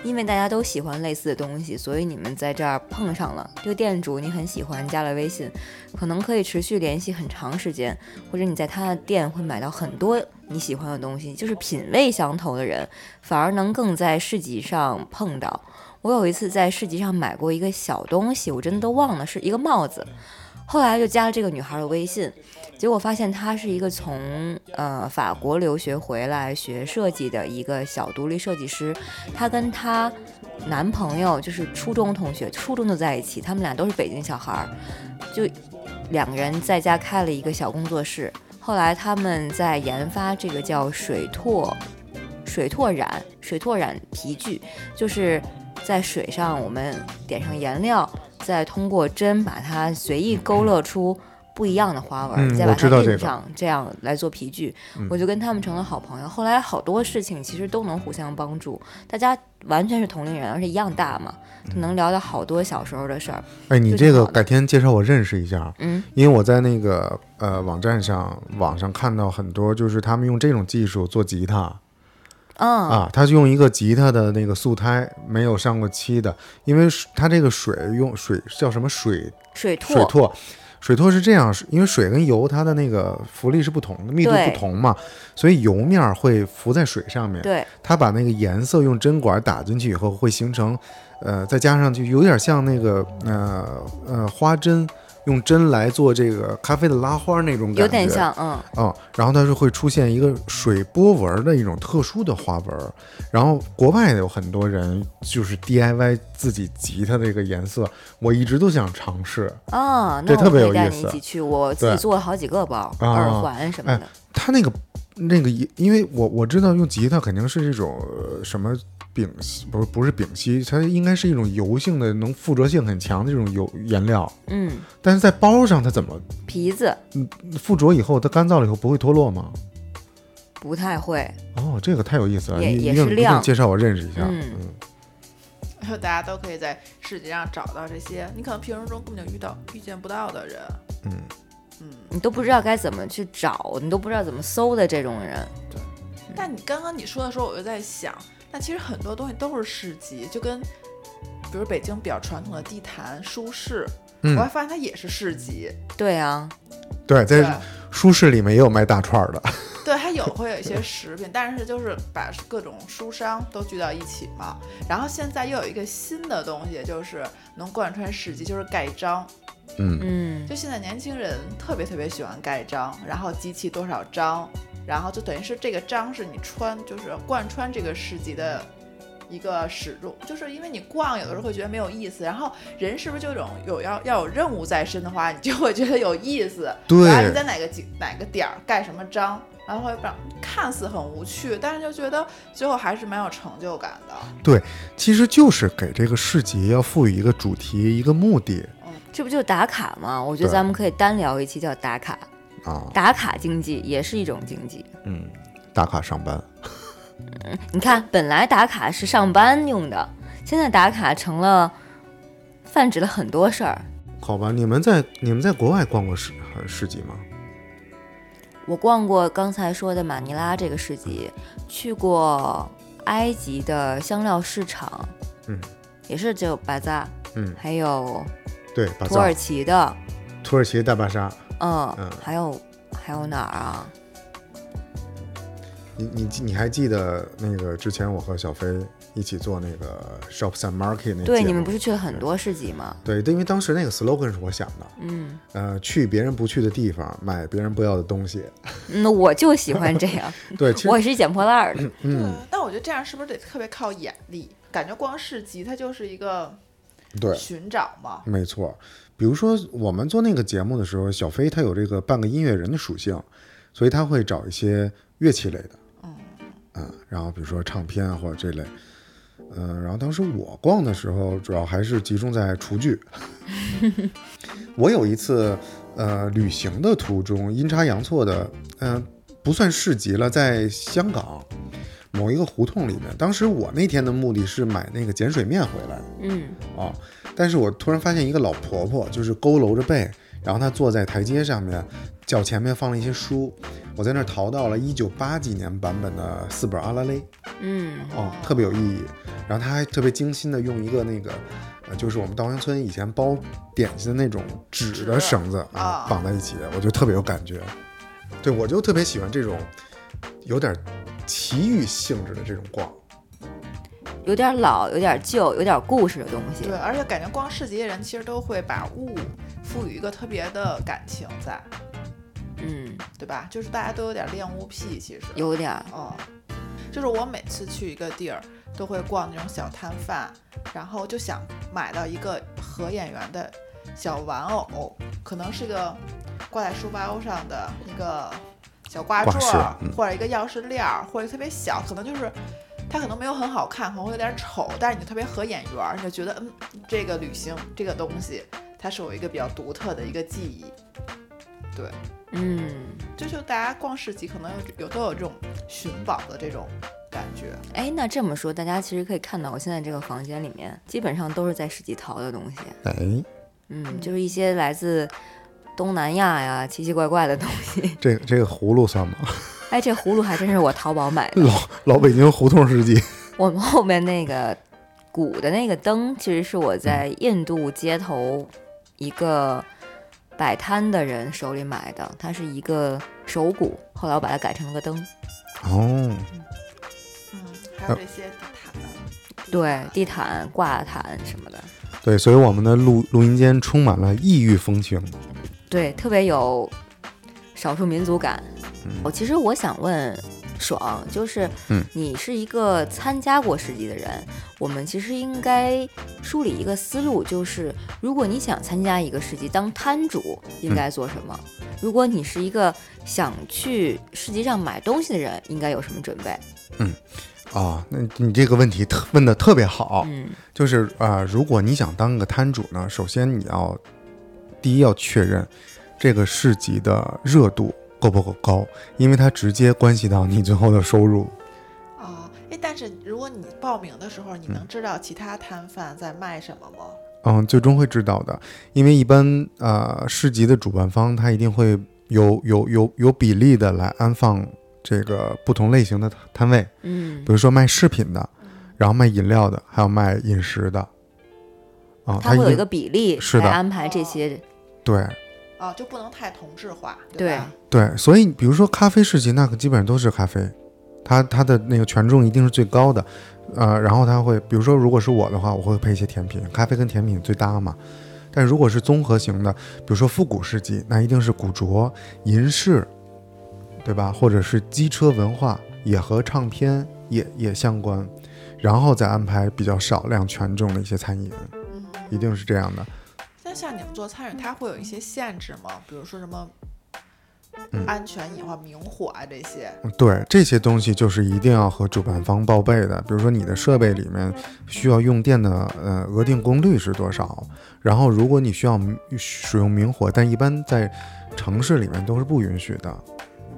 Speaker 2: 因为大家都喜欢类似的东西，所以你们在这儿碰上了。这个店主你很喜欢，加了微信，可能可以持续联系很长时间，或者你在他的店会买到很多你喜欢的东西，就是品味相投的人，反而能更在市集上碰到。我有一次在市集上买过一个小东西，我真的都忘了是一个帽子，后来就加了这个女孩的微信，结果发现她是一个从呃法国留学回来学设计的一个小独立设计师，她跟她男朋友就是初中同学，初中就在一起，他们俩都是北京小孩儿，就两个人在家开了一个小工作室。后来他们在研发这个叫水拓水拓染水拓染皮具，就是在水上我们点上颜料，再通过针把它随意勾勒出不一样的花纹，
Speaker 3: 嗯
Speaker 2: 再
Speaker 3: 我
Speaker 2: 把
Speaker 3: 知道
Speaker 2: 它
Speaker 3: 这
Speaker 2: 印
Speaker 3: 个嗯
Speaker 2: 上，这样来做皮具。我就跟他们成了好朋友。后来好多事情其实都能互相帮助，大家完全是同龄人，而且一样大嘛，
Speaker 3: 嗯
Speaker 2: 就能聊到好多小时候的事儿。
Speaker 3: 哎，你
Speaker 2: 就
Speaker 3: 这
Speaker 2: 挺
Speaker 3: 个
Speaker 2: 好的
Speaker 3: 改天介绍我认识一下。啊
Speaker 2: 嗯，
Speaker 3: 因为我在那个呃网站上、网上看到很多，就是他们用这种技术做吉他、
Speaker 2: 嗯，
Speaker 3: 啊，他就用一个吉他的那个素胎，没有上过漆的，因为水它这个水用水叫什么水
Speaker 2: 水
Speaker 3: 水
Speaker 2: 拓，
Speaker 3: 拓，水拓是这样，是因为水跟油它的那个浮力是不同的，密度
Speaker 2: 对
Speaker 3: 不同嘛，所以油面儿会浮在水上面。
Speaker 2: 对，
Speaker 3: 它把那个颜色用针管打进去以后，会形成，呃，再加上就有点像那个呃呃花针，用针来做这个咖啡的拉花那种感觉，
Speaker 2: 有点像，嗯，
Speaker 3: 啊、然后它是会出现一个水波纹儿的一种特殊的花纹儿，然后国外有很多人就是 DIY 自己吉他这个颜色，我一直都想尝试。
Speaker 2: 啊，
Speaker 3: 对
Speaker 2: 那
Speaker 3: 特
Speaker 2: 我
Speaker 3: 别
Speaker 2: 可
Speaker 3: 有
Speaker 2: 以带
Speaker 3: 意
Speaker 2: 你一
Speaker 3: 思
Speaker 2: 起去，我自己
Speaker 3: 对
Speaker 2: 做了好几个包，
Speaker 3: 啊
Speaker 2: 耳环什么
Speaker 3: 哎
Speaker 2: 的，
Speaker 3: 它那个那个也，因为我我知道用吉他肯定是这种呃什么丙烯，不是不是丙烯，它应该是一种油性的，能附着性很强的这种油颜料，
Speaker 2: 嗯，
Speaker 3: 但是在包上它怎么
Speaker 2: 皮子
Speaker 3: 附着以后，它干燥了以后不会脱落吗？
Speaker 2: 不太会，
Speaker 3: 哦，这个太有意思了，
Speaker 2: 也
Speaker 3: 一
Speaker 2: 也
Speaker 3: 一定
Speaker 2: 是
Speaker 3: 一定
Speaker 2: 亮
Speaker 3: 介绍我认识一下。
Speaker 2: 嗯
Speaker 4: 就大家都可以在市集上找到这些你可能平时中根本就遇到遇见不到的人。
Speaker 3: 嗯
Speaker 2: 你都不知道该怎么去找，你都不知道怎么搜的这种人，嗯
Speaker 4: 但你刚刚你说的时候，我就在想，那其实很多东西都是市集，就跟比如北京比较传统的地坛、书市，
Speaker 3: 嗯
Speaker 4: 我还发现它也是市集。
Speaker 2: 对啊，
Speaker 3: 对，
Speaker 4: 对
Speaker 3: 在舒适里面也有卖大串儿的，嗯
Speaker 4: 对，它有会有一些食品，但是就是把各种书商都聚到一起嘛。然后现在又有一个新的东西，就是能贯穿市集，就是盖章。
Speaker 3: 嗯，
Speaker 2: 嗯，
Speaker 4: 就现在年轻人特别特别喜欢盖章，然后集齐多少章，然后就等于是这个章是你穿，就是贯穿这个市集的一个始终。就是因为你逛有的时候会觉得没有意思，然后人是不是就有种有要要有任务在身的话，你就会觉得有意思。然后你
Speaker 3: 对
Speaker 4: 在，哪个景哪个点儿盖什么章，然后会让看似很无趣，但是就觉得最后还是蛮有成就感的。
Speaker 3: 其实就是给这个市集要赋予一个主题、一个目的
Speaker 2: 这不就是打卡吗？我觉得
Speaker 3: 对
Speaker 2: 咱们可以单聊一期叫打卡，
Speaker 3: 啊，
Speaker 2: 打卡经济也是一种经济。
Speaker 3: 嗯，打卡上班，
Speaker 2: 你看，本来打卡是上班用的，现在打卡成了泛指了很多事儿。
Speaker 3: 好吧？你们在你们在国外逛过市市集吗？
Speaker 2: 我逛过刚才说的马尼拉这个市集，去过埃及的香料市场，
Speaker 3: 嗯，
Speaker 2: 也是只有巴扎，
Speaker 3: 嗯
Speaker 2: 还有
Speaker 3: 对，巴
Speaker 2: 土耳
Speaker 3: 扎，
Speaker 2: 其的，
Speaker 3: 土耳其大巴沙，
Speaker 2: 嗯，
Speaker 3: 嗯
Speaker 2: 还有还有哪儿啊？
Speaker 3: 你你记你还记得那个之前我和小飞一起做那个 Shops and Market 那
Speaker 2: 对，
Speaker 3: 节
Speaker 2: 你
Speaker 3: 目
Speaker 2: 们不是去了很多市集吗？
Speaker 3: 对，对因为当时那个 slogan 是我想的，
Speaker 2: 嗯，
Speaker 3: 呃，去别人不去的地方，买别人不要的东西。
Speaker 2: 那我就喜欢这样，
Speaker 3: 对， (laughs) 其实
Speaker 2: 我也是捡破烂儿
Speaker 3: (laughs)
Speaker 2: 的。
Speaker 4: 嗯，但我觉得这样是不是得特别靠眼力？感觉光市集它就是一个
Speaker 3: 对，
Speaker 4: 寻找嘛。
Speaker 3: 没错，比如说我们做那个节目的时候，小飞他有这个半个音乐人的属性，所以他会找一些乐器类的，嗯，然后比如说唱片啊或者这类，嗯、然后当时我逛的时候，主要还是集中在厨具。我有一次，呃，旅行的途中阴差阳错的，嗯、不算市集了，在香港某一个胡同里面。当时我那天的目的是买那个碱水面回来，
Speaker 2: 嗯，
Speaker 3: 啊、但是我突然发现一个老婆婆，就是佝偻着背，然后她坐在台阶上面，脚前面放了一些书。我在那儿淘到了一九八几年版本的四本阿拉蕾，
Speaker 2: 嗯，
Speaker 3: 哦，特别有意义。然后她还特别精心的用一个那个，呃，就是我们稻香村以前包点心的那种纸的绳子
Speaker 4: 纸
Speaker 3: 啊
Speaker 4: 啊，
Speaker 3: 绑在一起，我就特别有感觉。对，我就特别喜欢这种有点奇遇性质的这种逛。
Speaker 2: 有点老，有点旧，有点故事的东西
Speaker 4: 对，。而且感觉逛市集的人其实都会把物赋予一个特别的感情在，
Speaker 2: 嗯，
Speaker 4: 对吧？就是大家都有点恋物癖，其实
Speaker 2: 有点儿。
Speaker 4: 哦，就是我每次去一个地儿，都会逛那种小摊贩，然后就想买到一个合眼缘的小玩偶，可能是个挂在书包上的一个小挂
Speaker 3: 挂
Speaker 4: 坠
Speaker 3: 饰
Speaker 4: 儿，
Speaker 3: 嗯
Speaker 4: 或者一个钥匙链儿，或者特别小，可能就是。它可能没有很好看，可能会有点丑，但是你就特别合眼缘儿，你就觉得嗯，这个旅行这个东西，它是我一个比较独特的一个记忆。对，
Speaker 2: 嗯，
Speaker 4: 这就大家逛市集可能有有都有这种寻宝的这种感觉。
Speaker 2: 哎，那这么说，大家其实可以看到，我现在这个房间里面基本上都是在市集淘的东西。
Speaker 3: 哎，
Speaker 2: 嗯，就是一些来自东南亚呀奇奇怪怪的东西。 (laughs)
Speaker 3: 这个这个葫芦算吗？
Speaker 2: 哎，这葫芦还真是我淘宝买的。
Speaker 3: 老老北京胡同世纪，
Speaker 2: 我们后面那个鼓的那个灯，其实是我在印度街头一个摆摊的人手里买的，它是一个手鼓，后来我把它改成了个灯。
Speaker 3: 哦，
Speaker 4: 嗯，还有这些地毯，
Speaker 2: 对，地毯、挂毯什么的，
Speaker 3: 对，所以我们的录录音间充满了异域风情。嗯
Speaker 2: 对，特别有少数民族感。我、其实我想问爽，就是
Speaker 3: 嗯
Speaker 2: 你是一个参加过市集的人，我们其实应该梳理一个思路，就是如果你想参加一个市集当摊主，
Speaker 3: 嗯
Speaker 2: 应该做什么？如果你是一个想去市集上买东西的人，应该有什么准备？
Speaker 3: 啊，那你这个问题特问的特别好，
Speaker 2: 嗯
Speaker 3: 就是啊、呃如果你想当个摊主呢，首先你要第一要确认这个市集的热度够不够高，因为它直接关系到你最后的收入。
Speaker 4: 啊，哎，但是如果你报名的时候，你能知道其他摊贩在卖什么吗？
Speaker 3: 嗯，最终会知道的，因为一般呃市集的主办方他一定会有有有有比例的来安放这个不同类型的摊位，
Speaker 2: 嗯
Speaker 3: 比，如说卖饰品的，然后卖饮料的，还有卖饮食的。啊，
Speaker 2: 它会有
Speaker 3: 定
Speaker 2: 一个比例
Speaker 3: 是的
Speaker 2: 来安排这些。
Speaker 3: 对
Speaker 4: 啊，就不能太同质化，
Speaker 2: 对
Speaker 4: 吧？
Speaker 3: 对，所以比如说咖啡市集，那可基本上都是咖啡，它它的那个权重一定是最高的，呃，然后它会，比如说如果是我的话，我会配一些甜品，咖啡跟甜品最搭嘛。但如果是综合型的，比如说复古市集，那一定是古着、银饰，对吧？或者是机车文化，也和唱片也也相关，然后再安排比较少量权重的一些餐饮，
Speaker 4: 嗯，
Speaker 3: 一定是这样的。
Speaker 4: 那像你们做餐饮，它会有一些限制吗？比如说什么
Speaker 3: 嗯
Speaker 4: 安全隐患、明火啊这些？
Speaker 3: 对这些东西就是一定要和主办方报备的，比如说你的设备里面需要用电的呃额定功率是多少，然后如果你需要明使用明火，但一般在城市里面都是不允许的，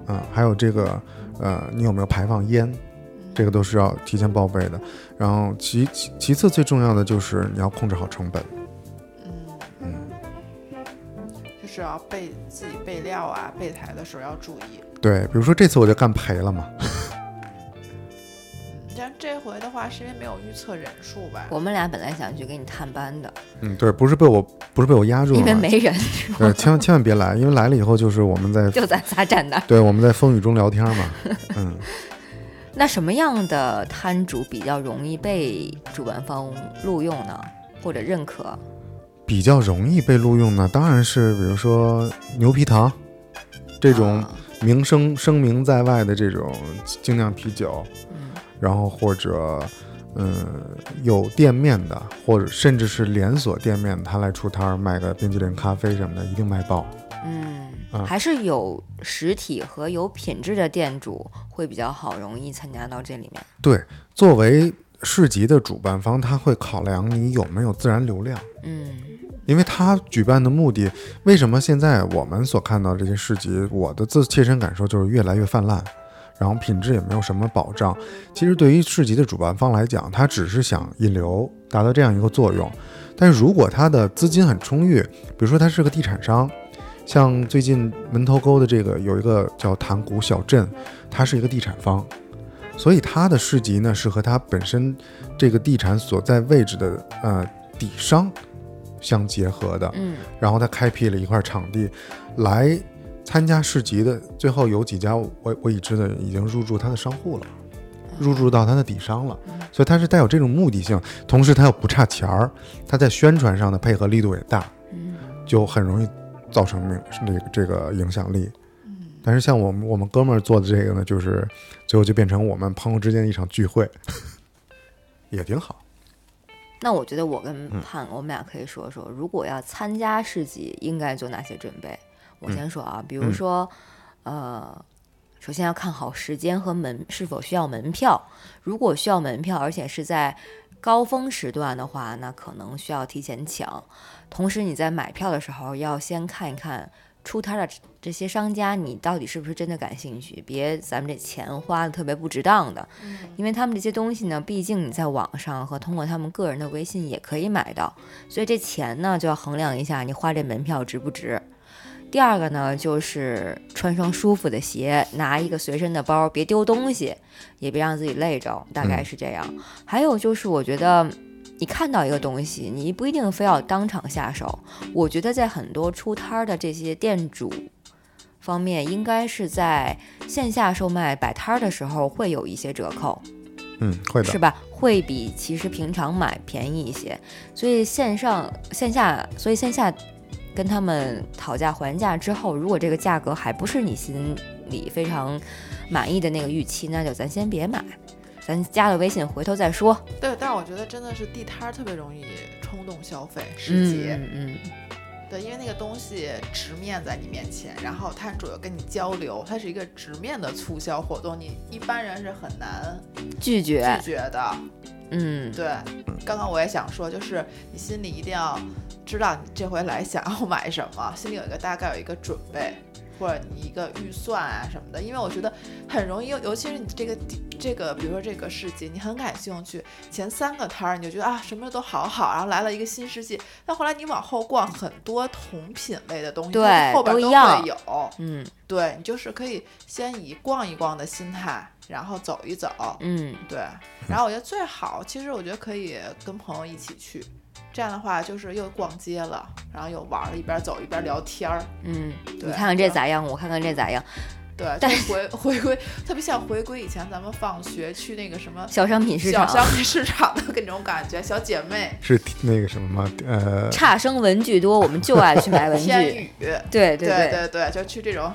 Speaker 3: 嗯、还有这个呃你有没有排放烟，
Speaker 2: 嗯
Speaker 3: 这个都是要提前报备的。然后其其其次最重要的就是你要控制好成本，
Speaker 4: 嗯，
Speaker 3: 嗯，
Speaker 4: 就是要备自己备料啊，备台的时候要注意。
Speaker 3: 对，比如说这次我就干赔了嘛，
Speaker 4: 但这回的话，是因为没有预测人数吧？
Speaker 2: 我们俩本来想去给你探班的，
Speaker 3: 嗯，对，不是被我不是被我压住了
Speaker 2: 因为
Speaker 3: 嘛，
Speaker 2: 没人， (laughs)
Speaker 3: 对，千万千万别来，因为来了以后就是我们在
Speaker 2: 就咱仨站那儿。
Speaker 3: 对，我们在风雨中聊天嘛。 (laughs) 嗯，
Speaker 2: 那什么样的摊主比较容易被主办方录用呢？或者认可？
Speaker 3: 比较容易被录用呢，当然是比如说牛皮糖这种
Speaker 2: 啊
Speaker 3: 名声声名在外的这种精酿啤酒，
Speaker 2: 嗯
Speaker 3: 然后或者嗯有店面的，或者甚至是连锁店面，他来出摊儿卖个冰淇淋、咖啡什么的，一定卖爆。啊
Speaker 2: 嗯，还是有实体和有品质的店主会比较好，容易参加到这里面。
Speaker 3: 对，作为市集的主办方，他会考量你有没有自然流量。
Speaker 2: 嗯
Speaker 3: 因为他举办的目的，为什么现在我们所看到这些市集，我的自切身感受就是越来越泛滥，然后品质也没有什么保障。其实对于市集的主办方来讲，他只是想引流，达到这样一个作用。但是如果他的资金很充裕，比如说他是个地产商，像最近门头沟的这个有一个叫塘沽小镇，它是一个地产方，所以它的市集呢是和它本身这个地产所在位置的呃底商相结合的。
Speaker 2: 嗯，
Speaker 3: 然后他开辟了一块场地，来参加市集的。最后有几家我我已知的已经入驻他的商户了，入驻到他的底商了，所以他是带有这种目的性，同时他又不差钱儿，他在宣传上的配合力度也大，就很容易造成名这个这个影响力。但是像我们我们哥们儿做的这个呢，就是最后就变成我们朋友之间的一场聚会， (laughs) 也挺好。
Speaker 2: 那我觉得我跟盼，我们俩可以说说，如果要参加市集，应该做哪些准备？我先说啊，比如说，呃，首先要看好时间和门是否需要门票。如果需要门票，而且是在高峰时段的话，那可能需要提前抢。同时，你在买票的时候要先看一看出摊的这这些商家，你到底是不是真的感兴趣，别咱们这钱花的特别不值当的。因为他们这些东西呢，毕竟你在网上和通过他们个人的微信也可以买到，所以这钱呢就要衡量一下你花这门票值不值。第二个呢，就是穿双舒服的鞋，拿一个随身的包，别丢东西，也别让自己累着，大概是这样。还有就是，我觉得你看到一个东西，你不一定非要当场下手。我觉得在很多出摊儿的这些店主方面，应该是在线下售卖摆摊儿的时候会有一些折扣，
Speaker 3: 嗯，会
Speaker 2: 是
Speaker 3: 的，
Speaker 2: 吧？会比其实平常买便宜一些。所以线上线下，所以线下跟他们讨价还价之后，如果这个价格还不是你心里非常满意的那个预期，那就咱先别买，咱加了微信回头再说。
Speaker 4: 对，但我觉得真的是地摊儿特别容易冲动消费，市集。
Speaker 2: 嗯嗯嗯，
Speaker 4: 对，因为那个东西直面在你面前，然后摊主又跟你交流，它是一个直面的促销活动，你一般人是很难
Speaker 2: 拒绝
Speaker 4: 拒，绝的。
Speaker 2: 嗯，
Speaker 4: 对，刚刚我也想说，就是你心里一定要知道你这回来想要买什么，心里有一个大概有一个准备，或者你一个预算啊什么的。因为我觉得很容易，尤其是你这个地这个，比如说这个市集，你很感兴趣，前三个摊儿你就觉得啊什么都好好，然后来了一个新世纪，但后来你往后逛，很多同品类的东西，
Speaker 2: 对
Speaker 4: 它后边
Speaker 2: 都
Speaker 4: 都
Speaker 2: 一样
Speaker 4: 会有。
Speaker 2: 嗯
Speaker 4: 对你就是可以先以逛一逛的心态，然后走一走，
Speaker 2: 嗯，
Speaker 4: 对，然后我觉得最好，其实我觉得可以跟朋友一起去，这样的话就是又逛街了，然后又玩儿，一边走一边聊天儿。
Speaker 2: 嗯，你
Speaker 4: 对
Speaker 2: 看看这咋样，我看看这咋样。
Speaker 4: 对，
Speaker 2: 但
Speaker 4: 就回回归特别像回归以前咱们放学去那个什么
Speaker 2: 小商品市
Speaker 4: 小
Speaker 2: 场，
Speaker 4: 商品市场的那种感觉，小姐妹
Speaker 3: 是那个什么吗？呃，
Speaker 2: 差生文具多，我们就爱去
Speaker 4: (laughs)
Speaker 2: 买文具。
Speaker 4: 天宇，
Speaker 2: 对对
Speaker 4: 对
Speaker 2: 对
Speaker 4: 对对，就去这种。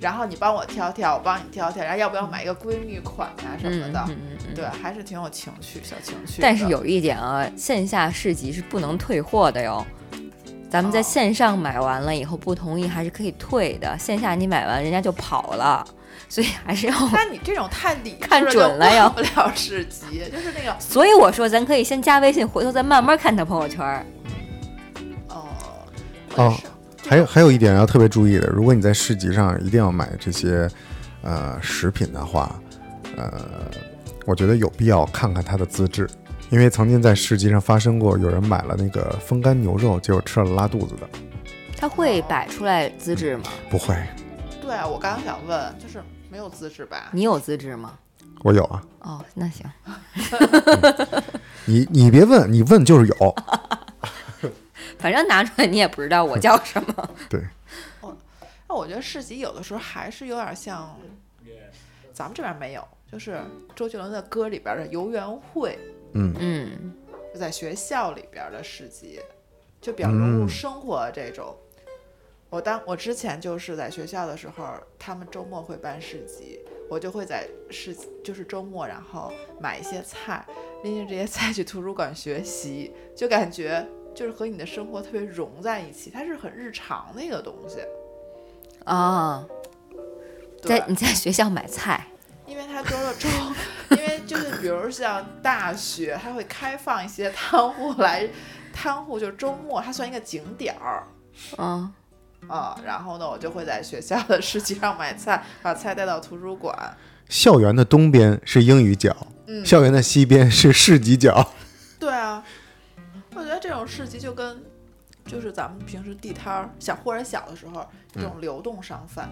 Speaker 4: 然后你帮我挑挑，我帮你挑挑，然后要不要买一个闺蜜款呀、什么
Speaker 2: 嗯嗯
Speaker 4: 的？
Speaker 2: 嗯嗯。
Speaker 4: 对，还是挺有情趣，小情趣的。
Speaker 2: 但是有一点啊，线下市集是不能退货的哟。咱们在
Speaker 4: 哦
Speaker 2: 线上买完了以后不同意还是可以退的，线下你买完人家就跑了，所以还是要。 (laughs)
Speaker 4: 那你这种太理
Speaker 2: 看
Speaker 4: 智了，
Speaker 2: 准了呀
Speaker 4: 就逛不了市集，就是那个
Speaker 2: 所以我说咱可以先加微信，回头再慢慢看他朋友圈儿。
Speaker 4: 哦，
Speaker 3: 哦
Speaker 4: 我也是
Speaker 3: 还有还有一点要特别注意的，如果你在市集上一定要买这些呃食品的话，呃，我觉得有必要看看它的资质，因为曾经在市集上发生过有人买了那个风干牛肉，结果吃了拉肚子的。
Speaker 2: 他
Speaker 4: 哦
Speaker 2: 会摆出来资质吗？
Speaker 3: 不会， (laughs)
Speaker 4: 对啊，我刚刚想问，就是没有资质吧？
Speaker 2: 你有资质吗？
Speaker 3: 我有啊，
Speaker 2: 哦，那行，
Speaker 3: 你你别问，你问就是有。
Speaker 2: 反正拿出来你也不知道我叫什
Speaker 4: (laughs)
Speaker 2: 么。
Speaker 3: 对，
Speaker 4: 那我觉得市集有的时候还是有点像，咱们这边没有，就是周杰伦的歌里边的游园会，
Speaker 3: 嗯，
Speaker 2: 嗯，
Speaker 4: 就在学校里边的市集，就比较融入
Speaker 3: 嗯
Speaker 4: 生活这种。我当我之前就是在学校的时候，他们周末会办市集，我就会在市集就是周末，然后买一些菜，拎着这些菜去图书馆学习，就感觉就是和你的生活特别融在一起，它是很日常的一个东西。
Speaker 2: 啊、
Speaker 4: 对
Speaker 2: 在你在学校买菜，
Speaker 4: 因为它周六周， (laughs) 因为就是比如像大学，它会开放一些摊户来， (laughs) 摊户就是周末，它算一个景点儿
Speaker 2: 嗯，
Speaker 4: 啊、然后呢，我就会在学校的市集上买菜，把菜带到图书馆。
Speaker 3: 校园的东边是英语角，
Speaker 4: 嗯，
Speaker 3: 校园的西边是市集角。
Speaker 4: 对啊，我觉得这种市集就跟就是咱们平时地摊儿，小或者小的时候这种流动商贩，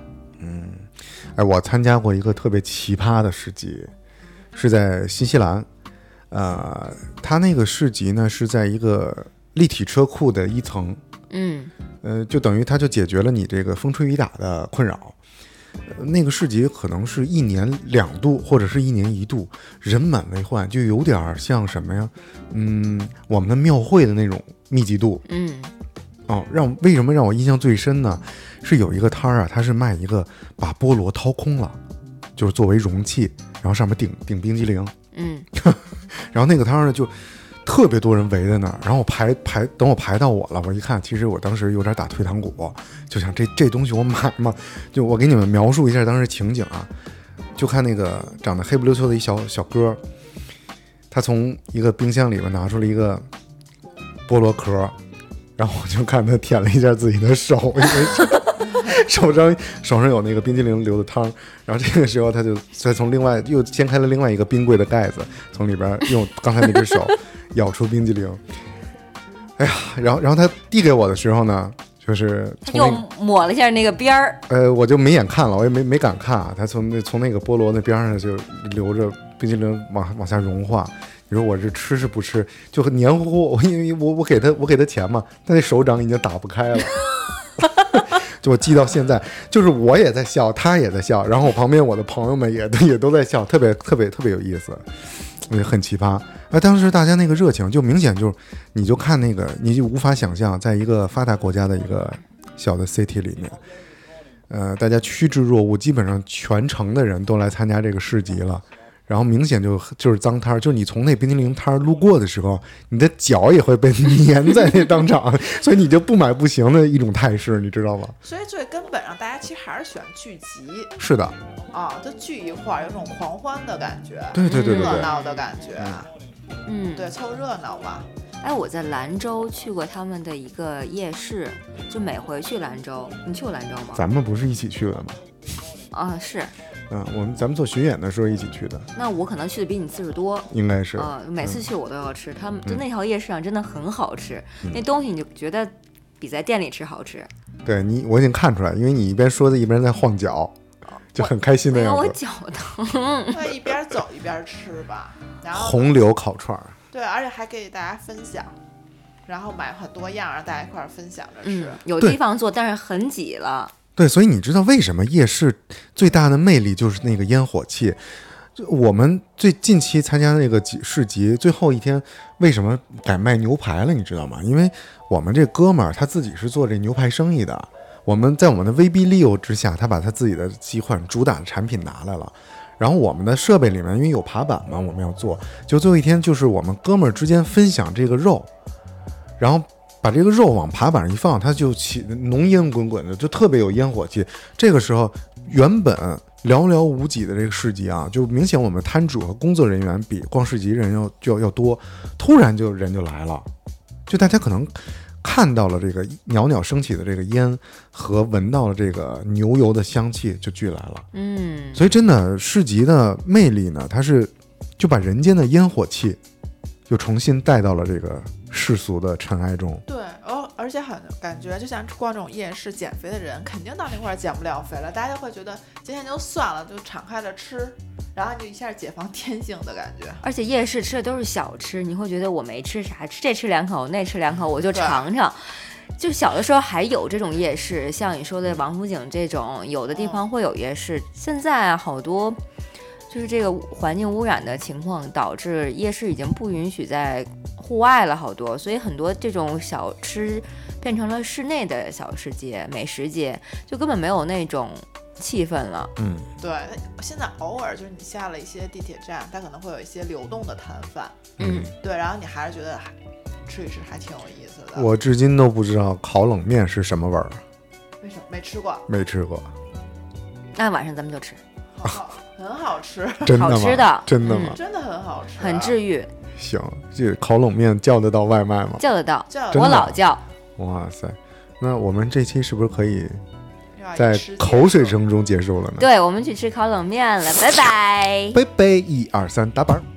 Speaker 3: 哎，我参加过一个特别奇葩的市集，是在新西兰。呃，它那个市集呢是在一个立体车库的一层，
Speaker 2: 嗯，
Speaker 3: 呃，就等于它就解决了你这个风吹雨打的困扰。呃那个市集可能是一年两度，或者是一年一度，人满为患，就有点儿像什么呀？嗯，我们的庙会的那种密集度。
Speaker 2: 嗯，
Speaker 3: 哦，让为什么让我印象最深呢？是有一个摊儿啊，它是卖一个把菠萝掏空了，就是作为容器，然后上面顶顶冰激凌，
Speaker 2: 嗯，
Speaker 3: 然后那个摊儿呢就特别多人围在那儿，然后我排排等我排到我了，我一看，其实我当时有点打退堂鼓，就想这这东西我买吗？就我给你们描述一下当时情景啊，就看那个长得黑不溜秋的一小小哥儿，他从一个冰箱里边拿出了一个菠萝壳儿，然后我就看他舔了一下自己的手，因为手手上手上有那个冰激凌流的汤儿，然后这个时候他就再从另外又掀开了另外一个冰柜的盖子，从里边儿用刚才那只手咬出冰激凌。哎呀，然后然后他递给我的时候呢，就是
Speaker 2: 他
Speaker 3: 从那
Speaker 2: 又
Speaker 3: 个
Speaker 2: 抹了一下那个边儿，
Speaker 3: 呃，我就没眼看了，我也没没敢看啊。他从那从那个菠萝那边上就流着冰激凌往往下融化，你说我这吃是不吃，就很黏糊糊。我因为我我给他我给他钱嘛，他那手掌已经打不开了。 (laughs) 就我记到现在，就是我也在笑，他也在笑，然后我旁边我的朋友们也都也都在笑，特别特别特别有意思，也很奇葩。哎，当时大家那个热情，就明显就是，你就看那个，你就无法想象，在一个发达国家的一个小的 city 里面，呃，大家趋之若鹜，基本上全城的人都来参加这个市集了。然后明显就就是脏摊儿，就是你从那冰淇淋摊儿路过的时候，你的脚也会被 (laughs) 粘在那当场， (laughs) 所以你就不买不行的一种态势，你知道吗？
Speaker 4: 所以最根本上，大家其实还是喜欢聚集
Speaker 3: 是的，
Speaker 4: 啊，就聚一块儿，有种狂欢的感觉，
Speaker 3: 对对对对
Speaker 4: 热
Speaker 3: 对，
Speaker 4: 闹的感觉，
Speaker 2: 嗯，
Speaker 4: 对，凑热闹嘛。
Speaker 2: 哎，我在兰州去过他们的一个夜市，就每回去兰州，你去过兰州吗？
Speaker 3: 咱们不是一起去的吗？
Speaker 2: 啊，是，
Speaker 3: 嗯，我们咱们做巡演的时候一起去的，
Speaker 2: 那我可能去的比你次数多。
Speaker 3: 应该是。
Speaker 2: 啊、每次去我都要吃，他们就那条夜市上真的很好吃，那东西你就觉得比在店里吃好吃。
Speaker 3: 对你，我已经看出来，因为你一边说的一边在晃脚，就很开心的
Speaker 2: 哎呀，
Speaker 3: 样
Speaker 2: 我
Speaker 3: 子。
Speaker 2: 脚疼。
Speaker 4: 对，一边走一边吃吧，然后
Speaker 3: 红柳烤串儿，
Speaker 4: 对，而且还给大家分享，然后买很多样，让大家一块儿分享着吃
Speaker 2: 嗯。，有
Speaker 3: 对
Speaker 2: 地方坐，但是很挤了。
Speaker 3: 对，所以你知道为什么夜市最大的魅力就是那个烟火气？就我们最近期参加那个集市集，最后一天为什么改卖牛排了？你知道吗？因为我们这哥们儿他自己是做这牛排生意的，我们在我们的威逼利诱之下，他把他自己的几款主打的产品拿来了。然后我们的设备里面，因为有爬板嘛，我们要做，就最后一天就是我们哥们儿之间分享这个肉，然后把这个肉往爬板上一放，它就起浓烟滚滚的，就特别有烟火气。这个时候，原本寥寥无几的这个市集啊，就明显我们摊主和工作人员比逛市集人要就要要多，突然就人就来了，就大家可能。看到了这个袅袅升起的这个烟和闻到了这个牛油的香气，就聚来了。
Speaker 2: 嗯，
Speaker 3: 所以真的市集的魅力呢，它是就把人间的烟火气又重新带到了这个世俗的尘埃中。
Speaker 4: 对，哦，而且很感觉就像逛这种夜市减肥的人，肯定到那块儿减不了肥了，大家就会觉得今天就算了，就敞开了吃，然后就一下解放 (laughs) 天性的感觉。
Speaker 2: 而且夜市吃的都是小吃，你会觉得我没吃啥，吃这吃两口，那吃两口，我就
Speaker 4: 对
Speaker 2: 尝尝。就小的时候还有这种夜市，像你说的王府井这种，有的地
Speaker 3: 嗯
Speaker 2: 方会有夜市。现在啊，好多就是这个环境污染的情况，导致夜市已经不允许在户外了，好多，所以很多这种小吃变成了室内的小吃街、美食街，就根本没有那种气氛了。
Speaker 3: 嗯，
Speaker 4: 对，那现在偶尔就是你下了一些地铁站，它可能会有一些流动的摊贩，
Speaker 2: 嗯，
Speaker 4: 对，然后你还是觉得还吃一吃还挺有意思
Speaker 2: 嗯
Speaker 4: 的。
Speaker 3: 我至今都不知道烤冷面是什么味儿，
Speaker 4: 为什么没吃过？
Speaker 3: 没吃过，
Speaker 2: 那晚上咱们就吃，
Speaker 4: 很好，很好吃，
Speaker 3: 真的吗？
Speaker 2: 嗯好吃的嗯
Speaker 3: 真的吗？
Speaker 4: 真的很好吃，啊
Speaker 2: 很治愈，
Speaker 3: 行，这烤冷面叫得到外卖吗？
Speaker 2: 叫得到。
Speaker 4: 叫
Speaker 3: 真
Speaker 2: 我
Speaker 3: 的
Speaker 2: 老叫，
Speaker 3: 哇塞！那我们这期是不是可以在
Speaker 4: 在
Speaker 3: 口水声中结束了呢？
Speaker 2: 对，我们去吃烤冷面了，拜拜。
Speaker 3: 拜拜，一二三，打板儿。